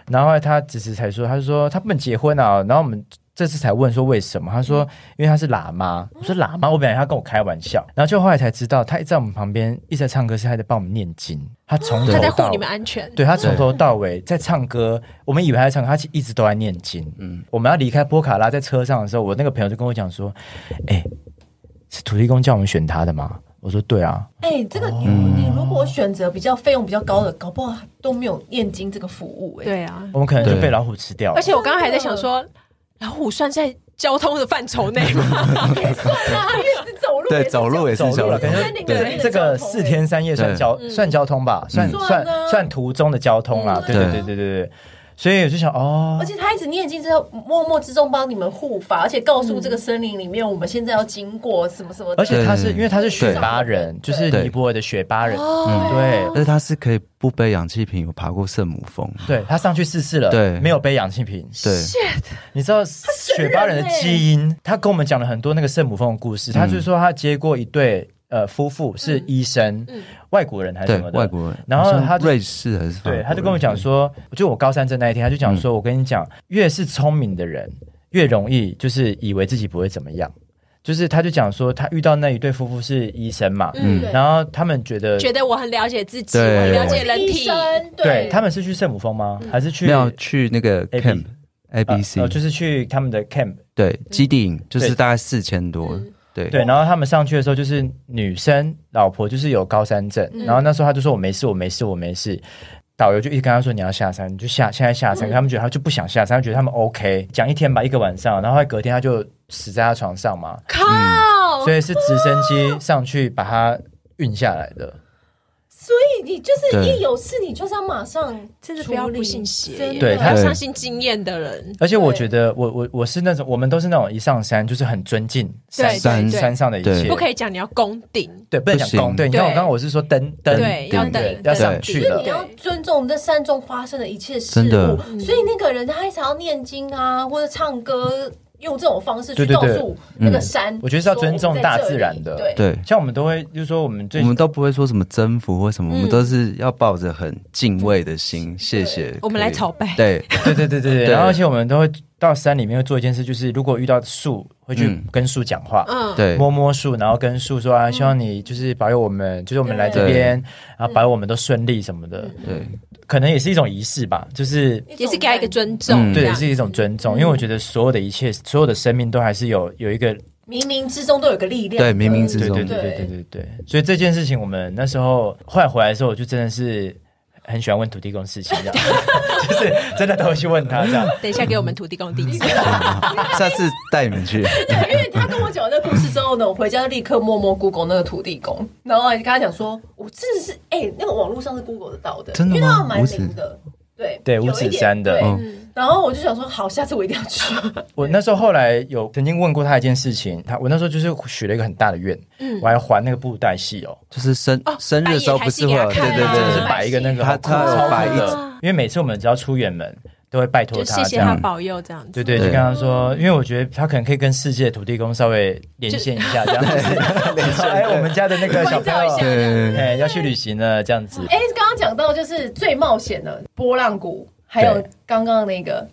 Speaker 3: 然后后来他只是才说，他就说他不能结婚啊，然后我们。这次才问说为什么，他
Speaker 2: 嗯
Speaker 3: 说因为他是喇嘛。我说喇嘛，我本来他跟我开玩笑，然后就后来才知道，他一直在我们旁边一直在唱歌，是他在帮我们念经，他从头
Speaker 2: 他在护
Speaker 3: 到
Speaker 2: 你们安全。
Speaker 3: 对他从头到尾在唱歌，我们以为他在唱歌，他其实一直都在念经。嗯，我们要离开波卡拉，在车上的时候，我那个朋友就跟我讲说：“哎、是土地公叫我们选他的吗？”我说：“对啊。
Speaker 4: 哎，这个你你如果选择比较费用比较高的，搞不好都没有念经这个服务 哎。
Speaker 2: 对啊”，
Speaker 3: 我们可能就
Speaker 5: 对
Speaker 3: 被老虎吃掉了
Speaker 2: 而。且我刚刚还在想说，老虎算在交通的范畴内吗？
Speaker 4: 啊，因为是走路也
Speaker 5: 对，
Speaker 4: 是
Speaker 5: 走路也是
Speaker 3: 走
Speaker 5: 小
Speaker 3: 路了，可
Speaker 5: 路。
Speaker 3: 能
Speaker 4: 对
Speaker 3: 这这
Speaker 4: 哎
Speaker 3: 个四天三夜算
Speaker 5: 对嗯
Speaker 3: 交算交通吧，算
Speaker 4: 算
Speaker 3: 欸嗯算嗯
Speaker 4: 啊
Speaker 3: 算途中的交通啦。对对
Speaker 5: 对
Speaker 3: 对对对对，所以我就想哦
Speaker 4: 而，且他一直念经之后，默默之中帮你们护法，而且告诉这个森林里面我们现在要经过什么什么的。
Speaker 3: 而且他是
Speaker 5: 对
Speaker 3: 因为他是雪巴人，
Speaker 4: 对
Speaker 3: 就是
Speaker 5: 对嗯
Speaker 3: 尼泊尔的雪巴人，对
Speaker 5: 但是它是可以不背氧气瓶，有爬过圣母峰。
Speaker 3: 对，他上去试试了，
Speaker 5: 对
Speaker 3: 没有背氧气瓶，
Speaker 5: 对，
Speaker 3: 你知道雪巴人的基因，他跟我们讲了很多那个圣母峰的故
Speaker 5: 嗯
Speaker 3: 事。他就是说他接过一对呃夫妇是医生，外国人还是
Speaker 5: 对
Speaker 3: 什么，的，
Speaker 5: 外国人。
Speaker 3: 然后
Speaker 5: 好像
Speaker 3: 他就
Speaker 5: 瑞士还是法国
Speaker 3: 对，
Speaker 5: 人
Speaker 3: 他就跟我讲，说，就我高三症那一天，他就
Speaker 5: 嗯
Speaker 3: 讲说，我跟你讲，越是聪明的人，越容易就是以为自己不会怎么样。就是他就讲说，他遇到那一对夫妇是医生嘛，
Speaker 2: 嗯
Speaker 4: 对
Speaker 3: 然后他们觉得，
Speaker 2: 觉得我很了解自己，我
Speaker 5: 对
Speaker 2: 很了
Speaker 4: 我
Speaker 2: 解
Speaker 4: 是
Speaker 2: 人
Speaker 4: 医
Speaker 2: 体。
Speaker 4: 生
Speaker 3: 对
Speaker 4: 对
Speaker 3: 他们是去圣母峰吗？还是去
Speaker 5: 没有去那个
Speaker 3: A B
Speaker 5: camp
Speaker 3: 呃
Speaker 5: A B C，
Speaker 3: 呃就是去他们的 camp
Speaker 5: 对
Speaker 2: 嗯
Speaker 5: 基地营，就是
Speaker 3: 对
Speaker 5: 大概四千多。对
Speaker 3: 对，然后他们上去的时候，就是女生老婆就是有高山症，
Speaker 2: 嗯
Speaker 3: 然后那时候他就说我没事，我没事，我没事。导游就一直跟他说你要下山，你就下现在下
Speaker 2: 嗯
Speaker 3: 山。他们觉得他就不想下山，他觉得他们 OK，讲一天吧，一个晚上，然后隔天他就死在他床上嘛，
Speaker 2: 靠！
Speaker 3: 嗯所以是直升机上去把他运下来的。
Speaker 4: 所以你就是
Speaker 5: 对
Speaker 4: 一有事，你就是要马上
Speaker 2: 真的不要
Speaker 4: 处理
Speaker 2: 不信邪耶，
Speaker 4: 真的
Speaker 3: 对
Speaker 2: 他
Speaker 3: 他
Speaker 2: 相信经验的人。
Speaker 3: 而且我觉得我我我是那种我们都是那种一上山就是很尊敬山
Speaker 2: 对
Speaker 5: 对对
Speaker 3: 山上的一切，
Speaker 5: 对
Speaker 2: 不可以讲你要攻顶，
Speaker 3: 对不能讲
Speaker 5: 不行
Speaker 3: 公对，你看我
Speaker 2: 对
Speaker 3: 刚刚我是说登登
Speaker 2: 对，
Speaker 5: 顶
Speaker 2: 要
Speaker 5: 顶
Speaker 2: 等
Speaker 3: 要
Speaker 2: 等
Speaker 3: 上
Speaker 4: 所
Speaker 3: 去
Speaker 4: 以
Speaker 3: 了
Speaker 4: 你。要尊重在山中发生的一切事
Speaker 5: 真的
Speaker 4: 物，所以那个人他一直要念经啊，或者唱歌，用这种方式去
Speaker 3: 对对
Speaker 4: 告
Speaker 3: 对嗯
Speaker 4: 诉那个山。
Speaker 3: 我觉得是要尊重大自然
Speaker 4: 说
Speaker 3: 的
Speaker 4: 我们在这里对，
Speaker 5: 对，
Speaker 3: 像我们都会就是说我们最
Speaker 5: 我们都不会说什么征服或什么，我们都是要抱着很敬畏的心。谢谢，
Speaker 2: 嗯我们
Speaker 5: 可以
Speaker 2: 来朝拜
Speaker 5: 对，
Speaker 3: 对对对对对，
Speaker 5: 对
Speaker 3: 然后而且我们都会到山里面会做一件事，就是如果遇到树，会去
Speaker 5: 嗯
Speaker 3: 跟树讲话，
Speaker 2: 嗯，
Speaker 5: 对，
Speaker 3: 摸摸树，然后跟树说啊，希望你就是保佑我们，就是我们来
Speaker 5: 嗯
Speaker 3: 这边，然后保佑我们都顺利什么的，
Speaker 5: 对，
Speaker 3: 可能也是一种仪式吧，就是。
Speaker 4: 种
Speaker 2: 也是给他一个尊重，
Speaker 5: 嗯
Speaker 2: 这
Speaker 3: 对，也
Speaker 2: 样
Speaker 3: 是一种尊重，因为我觉得所有的一切，所有的生命都还是有有一个，
Speaker 4: 冥冥之中都有个力量。
Speaker 5: 对冥冥之
Speaker 3: 对
Speaker 5: 中
Speaker 3: 对对对对对对，所以这件事情，我们那时候后来回来的时候，我就真的是很喜欢问土地公事情，这样，就是真的都会去问他这样，
Speaker 2: 等一下给我们土地公地址，
Speaker 3: 嗯
Speaker 5: 下次带你 们去。
Speaker 4: 对，因为他跟我讲完这个故事之后呢，我回家就立刻默默 Google 那个土地公，然后跟他讲说，我真的是哎、那个网络上是 Google 得到的，
Speaker 5: 真的吗
Speaker 4: 因为他蛮灵的，对
Speaker 3: 对
Speaker 4: 有一
Speaker 3: 五
Speaker 4: 点
Speaker 3: 指山的嗯
Speaker 4: 对
Speaker 5: 哦
Speaker 4: 然后我就想说，好，下次我一定要去。
Speaker 3: 我那时候后来有曾经问过他一件事情，他我那时候就是许了一个很大的愿，
Speaker 2: 嗯
Speaker 3: 我还还那个布袋戏哦，
Speaker 5: 就是生
Speaker 2: 哦
Speaker 5: 生日的时候不是会有？
Speaker 2: 半夜
Speaker 5: 对
Speaker 2: 还是
Speaker 5: 对
Speaker 2: 给他看啊
Speaker 3: 真的是
Speaker 5: 对，
Speaker 3: 摆一个那个
Speaker 5: 他
Speaker 3: 好酷哦
Speaker 5: 他摆
Speaker 3: 超酷的，因为每次我们只要出远门都会拜托
Speaker 2: 嗯就
Speaker 3: 他
Speaker 2: 谢
Speaker 3: 这
Speaker 2: 谢他
Speaker 3: 样。
Speaker 2: 保佑这样子。
Speaker 3: 对对，就
Speaker 5: 对
Speaker 3: 跟他说，因为我觉得他可能可以跟世界土地公稍微连线一下，这样 子。哎，我们家的那个小朋
Speaker 2: 关照一
Speaker 3: 友
Speaker 2: 下，
Speaker 5: 对
Speaker 3: 哎，要去旅行了，这样子。
Speaker 4: 哎、刚刚讲到就是最冒险的波浪谷，还有
Speaker 3: 对
Speaker 4: 刚刚那个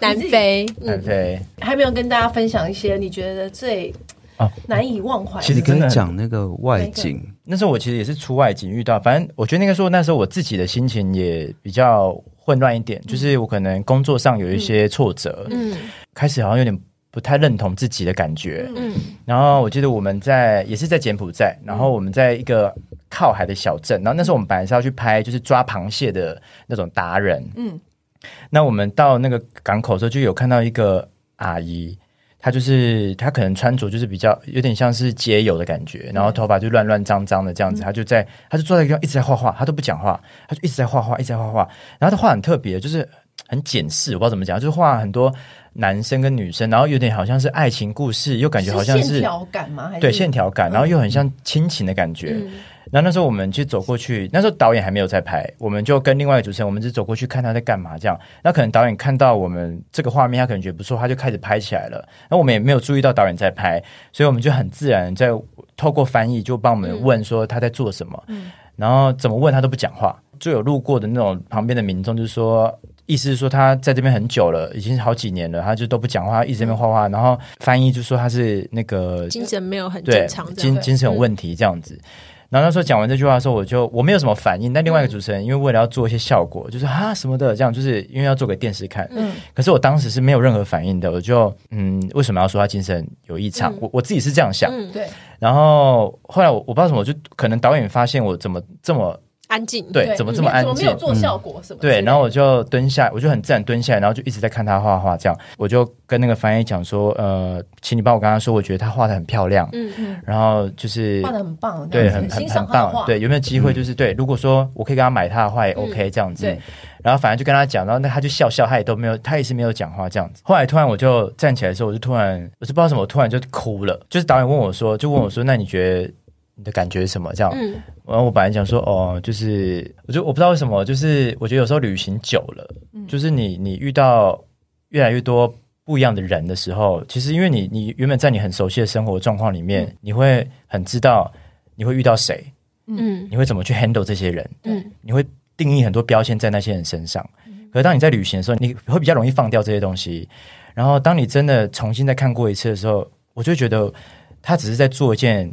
Speaker 2: 南非，
Speaker 3: 南
Speaker 2: 嗯，
Speaker 3: 非，
Speaker 4: 还没有跟大家分享一些你觉得最
Speaker 3: 哦
Speaker 4: 难以忘怀的。
Speaker 3: 其实
Speaker 5: 你可
Speaker 3: 真
Speaker 5: 以
Speaker 3: 的
Speaker 5: 讲那个外景，
Speaker 3: 那时候我其实也是出外景遇到，反正我觉得那个时候那时候我自己的心情也比较混乱一点，就是我可能工作上有一些挫折，
Speaker 2: 嗯
Speaker 3: 开始好像有点不太认同自己的感觉。
Speaker 2: 嗯，
Speaker 3: 然后我记得我们在也是在柬埔寨，然后我们在一个靠海的小镇，然后那时候我们本来是要去拍就是抓螃蟹的那种达人，嗯，那我们到那个港口的时候就有看到一个阿姨。她就是她可能穿着就是比较有点像是街友的感觉，然后头发就乱乱脏脏的这样
Speaker 4: 嗯
Speaker 3: 子，她就在她就坐在一个地方一直在画画，她都不讲话，她就一直在画画，一直在画画。然后她画很特别，就是很简式，我不知道怎么讲，就是画很多男生跟女生，然后有点好像是爱情故事，又感觉好像是
Speaker 4: 线条感吗？还是嗯
Speaker 3: 对线条感，然后又很像亲情的感觉。然后那时候我们就走过去，那时候导演还没有在拍，我们就跟另外一个主持人，我们只走过去看他在干嘛这样。那可能导演看到我们这个画面，他可能觉得不错，他就开始拍起来了。那我们也没有注意到导演在拍，所以我们就很自然在透过翻译就帮我
Speaker 4: 嗯
Speaker 3: 们问说他在做什么，然后怎么问他都不讲话。就有路过的那种旁边的民众就说。意思是说他在这边很久了，已经好几年了，他就都不讲话，一直在那边画画。然后翻译就说他是那个
Speaker 2: 精神没有很
Speaker 3: 对
Speaker 2: 正常的，
Speaker 3: 精精神有问
Speaker 2: 嗯
Speaker 3: 题这样子。然后那时候讲完这句话的时候，我就我没有什么反应。但另外一个
Speaker 2: 嗯
Speaker 3: 主持人，因为为了要做一些效果，就是啊什么的，这样就是因为要做给电视看。
Speaker 2: 嗯
Speaker 3: 可是我当时是没有任何反应的，我就嗯，为什么要说他精神有异常？我我自己是这样想。
Speaker 2: 嗯
Speaker 4: 对，
Speaker 3: 然后后来我我不知道什么，我就可能导演发现我怎么这么
Speaker 2: 安静，
Speaker 3: 对怎么这么安
Speaker 4: 怎么没
Speaker 3: 静嗯
Speaker 4: 有，做效果什么之类的？
Speaker 3: 对，然后我就蹲下，我就很自然蹲下来，然后就一直在看他画画，这样我就跟那个翻译讲说，呃，请你帮我跟他说，我觉得他画的很漂亮，
Speaker 2: 嗯嗯，
Speaker 3: 然后就是
Speaker 4: 画的很棒，这
Speaker 3: 对，
Speaker 4: 样子
Speaker 3: 很很
Speaker 4: 欣赏
Speaker 3: 很
Speaker 4: 他的
Speaker 3: 棒
Speaker 4: 画，，嗯
Speaker 3: 对，有没有机会就是对，如果说我可以给他买他的话也 OK 这样子
Speaker 4: 对，
Speaker 3: 然后反正就跟他讲，然后那他就笑笑，他也都没有，他也是没有讲话这样子。后来突然我就站起来的时候，我就突然我是不知道什么，我突然就哭了，就是导演问我说，就问我说，那你觉得？你的感觉是什么？这样，
Speaker 2: 嗯
Speaker 3: 然后我本来想说，哦，就是，我就我不知道为什么，就是我觉得有时候旅行久了，
Speaker 4: 嗯
Speaker 3: 就是你你遇到越来越多不一样的人的时候，其实因为你你原本在你很熟悉的生活状况里面，你会很知道你会遇到谁，
Speaker 2: 嗯
Speaker 3: 你会怎么去 handle 这些人，
Speaker 2: 嗯，
Speaker 3: 你会定义很多标签在那些人身上。可是当你在旅行的时候，你会比较容易放掉这些东西。然后当你真的重新再看过一次的时候，我就会觉得他只是在做一件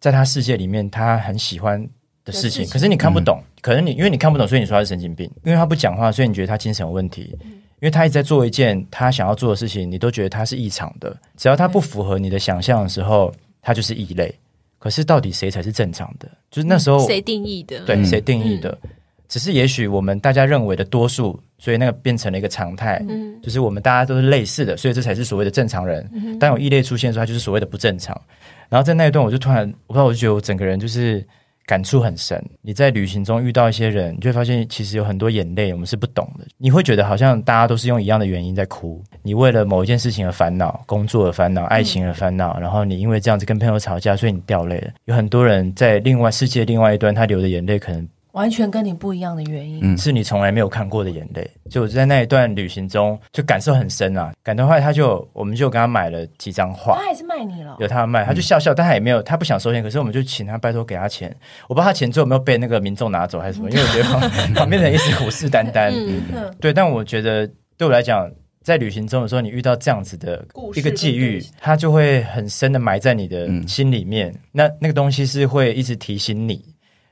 Speaker 3: 在他世界里面他很喜欢的事情，
Speaker 4: 的事情
Speaker 3: 可是你看不懂，可能你因为你看不懂，所以你说他是神经病，因为他不讲话，所以你觉得他精神有问题。因为他一直在做一件他想要做的事情，你都觉得他是异常的。只要他不符合你的想象的时候，他就是异类。可是到底谁才是正常的？就是那时候
Speaker 2: 谁定义的？
Speaker 3: 对
Speaker 5: 嗯
Speaker 3: 谁定义的？只是也许我们大家认为的多数，所以那个变成了一个常态。
Speaker 2: 嗯
Speaker 3: 就是我们大家都是类似的，所以这才是所谓的正常人。当有异类出现的时候，他就是所谓的不正常。然后在那一段，我就突然，我不知道，我就觉得我整个人就是感触很深。你在旅行中遇到一些人，你就会发现其实有很多眼泪我们是不懂的。你会觉得好像大家都是用一样的原因在哭。你为了某一件事情而烦恼，工作而烦恼，爱情而烦恼，然后你因为这样子跟朋友吵架，所以你掉泪了。有很多人在另外世界另外一端，他流的眼泪可能
Speaker 4: 完全跟你不一样的原因。
Speaker 5: 嗯
Speaker 3: 是你从来没有看过的眼泪。就我在那一段旅行中，就感受很深啊。感动后来他就，我们就给他买了几张画
Speaker 4: 他，还是卖你了，
Speaker 3: 有他卖，他就笑笑，但他也没有，他不想收钱，可是我们就请他拜托给他钱。我不知道他钱最后有没有被那个民众拿走还是什么，因为我觉得旁 旁边的人一直虎视眈眈。
Speaker 2: 嗯
Speaker 4: 嗯，
Speaker 3: 对，但我觉得对我来讲，在旅行中的时候，你遇到这样子的
Speaker 4: 故事
Speaker 3: 一个
Speaker 4: 跟
Speaker 3: 际遇
Speaker 4: 故事，
Speaker 3: 它就会很深的埋在你的
Speaker 5: 嗯
Speaker 3: 心里面。那那个东西是会一直提醒你，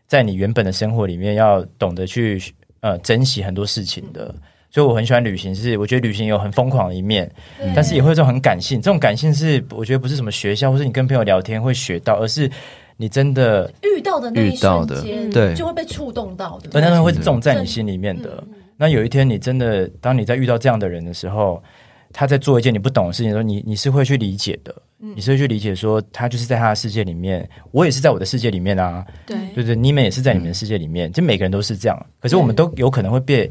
Speaker 3: 在你原本的生活里面要懂得去呃珍惜很多事情的。
Speaker 4: 嗯
Speaker 3: 所以我很喜欢旅行，是我觉得旅行有很疯狂的一面，
Speaker 4: 对
Speaker 3: 但是也会有这种很感性。这种感性是我觉得不是什么学校或是你跟朋友聊天会学到，而是你真的
Speaker 4: 遇到的那一
Speaker 5: 遇到
Speaker 4: 瞬
Speaker 5: 的
Speaker 4: 间，
Speaker 5: 对
Speaker 4: 就会被触动到，对不
Speaker 3: 对，
Speaker 4: 对？
Speaker 3: 那是会种在你心里面的。那有一天，你真的当你在遇到这样的人的时候，他在做一件你不懂的事情的时候，你你是会去理解的，你是会去理解说，他就是在他的世界里面，我也是在我的世界里面啊，
Speaker 2: 对
Speaker 3: 对对，你们也是在你们的世界里面，就每个人都是这样。可是我们都有可能会被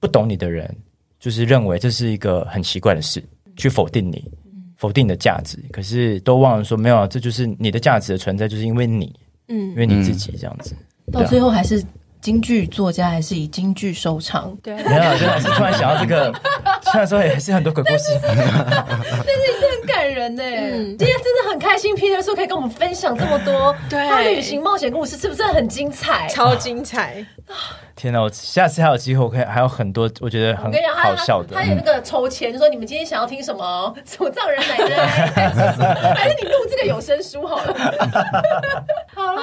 Speaker 3: 不懂你的人，就是认为这是一个很奇怪的事，去否定你，否定你的价值。可是都忘了说，没有啊，这就是你的价值的存在，就是因为你，因
Speaker 2: 嗯
Speaker 3: 为你自己这样子。
Speaker 4: 到最后还是京剧作家，还是以京剧收场。
Speaker 2: 对，
Speaker 3: 没有啊，真的是突然想到这个，虽然说也是很多鬼故事，
Speaker 4: 很感人呢、欸
Speaker 2: 嗯
Speaker 4: 今天真的很开心，Peter 说可以跟我们分享这么多
Speaker 2: 对
Speaker 4: 他旅行冒险故事，是不是很精彩？
Speaker 2: 超精彩，
Speaker 3: 天哪！我下次还有机会，我可以还有很多我觉得
Speaker 4: 我
Speaker 3: 很
Speaker 4: 跟你讲，
Speaker 3: 好
Speaker 4: 他
Speaker 3: 笑的
Speaker 4: 他。有那个抽签，就说你们今天想要听什么？ 什么藏人奶奶？还是你录这个有声书好了？ 好啦，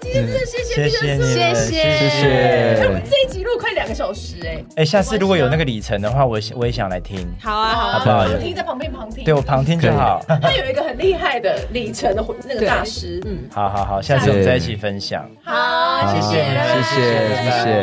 Speaker 4: 今天真的谢谢 Peter
Speaker 3: 谢谢
Speaker 4: 说
Speaker 3: 你，们，
Speaker 5: 谢
Speaker 4: 哎我们
Speaker 5: 谢，
Speaker 4: 这一集录快两个小时哎、
Speaker 3: 哎，下次如果有那个里程的话，我我也想来听。
Speaker 2: 好啊好
Speaker 3: 不
Speaker 2: 啊，
Speaker 3: 好
Speaker 4: 我们听在旁边旁听。
Speaker 3: 对我旁听就好。
Speaker 4: 他有一个很厉害的里程的那个大师，嗯，
Speaker 3: 好好好，下次我们再一起分享。
Speaker 4: 好，谢谢，
Speaker 5: 谢谢谢谢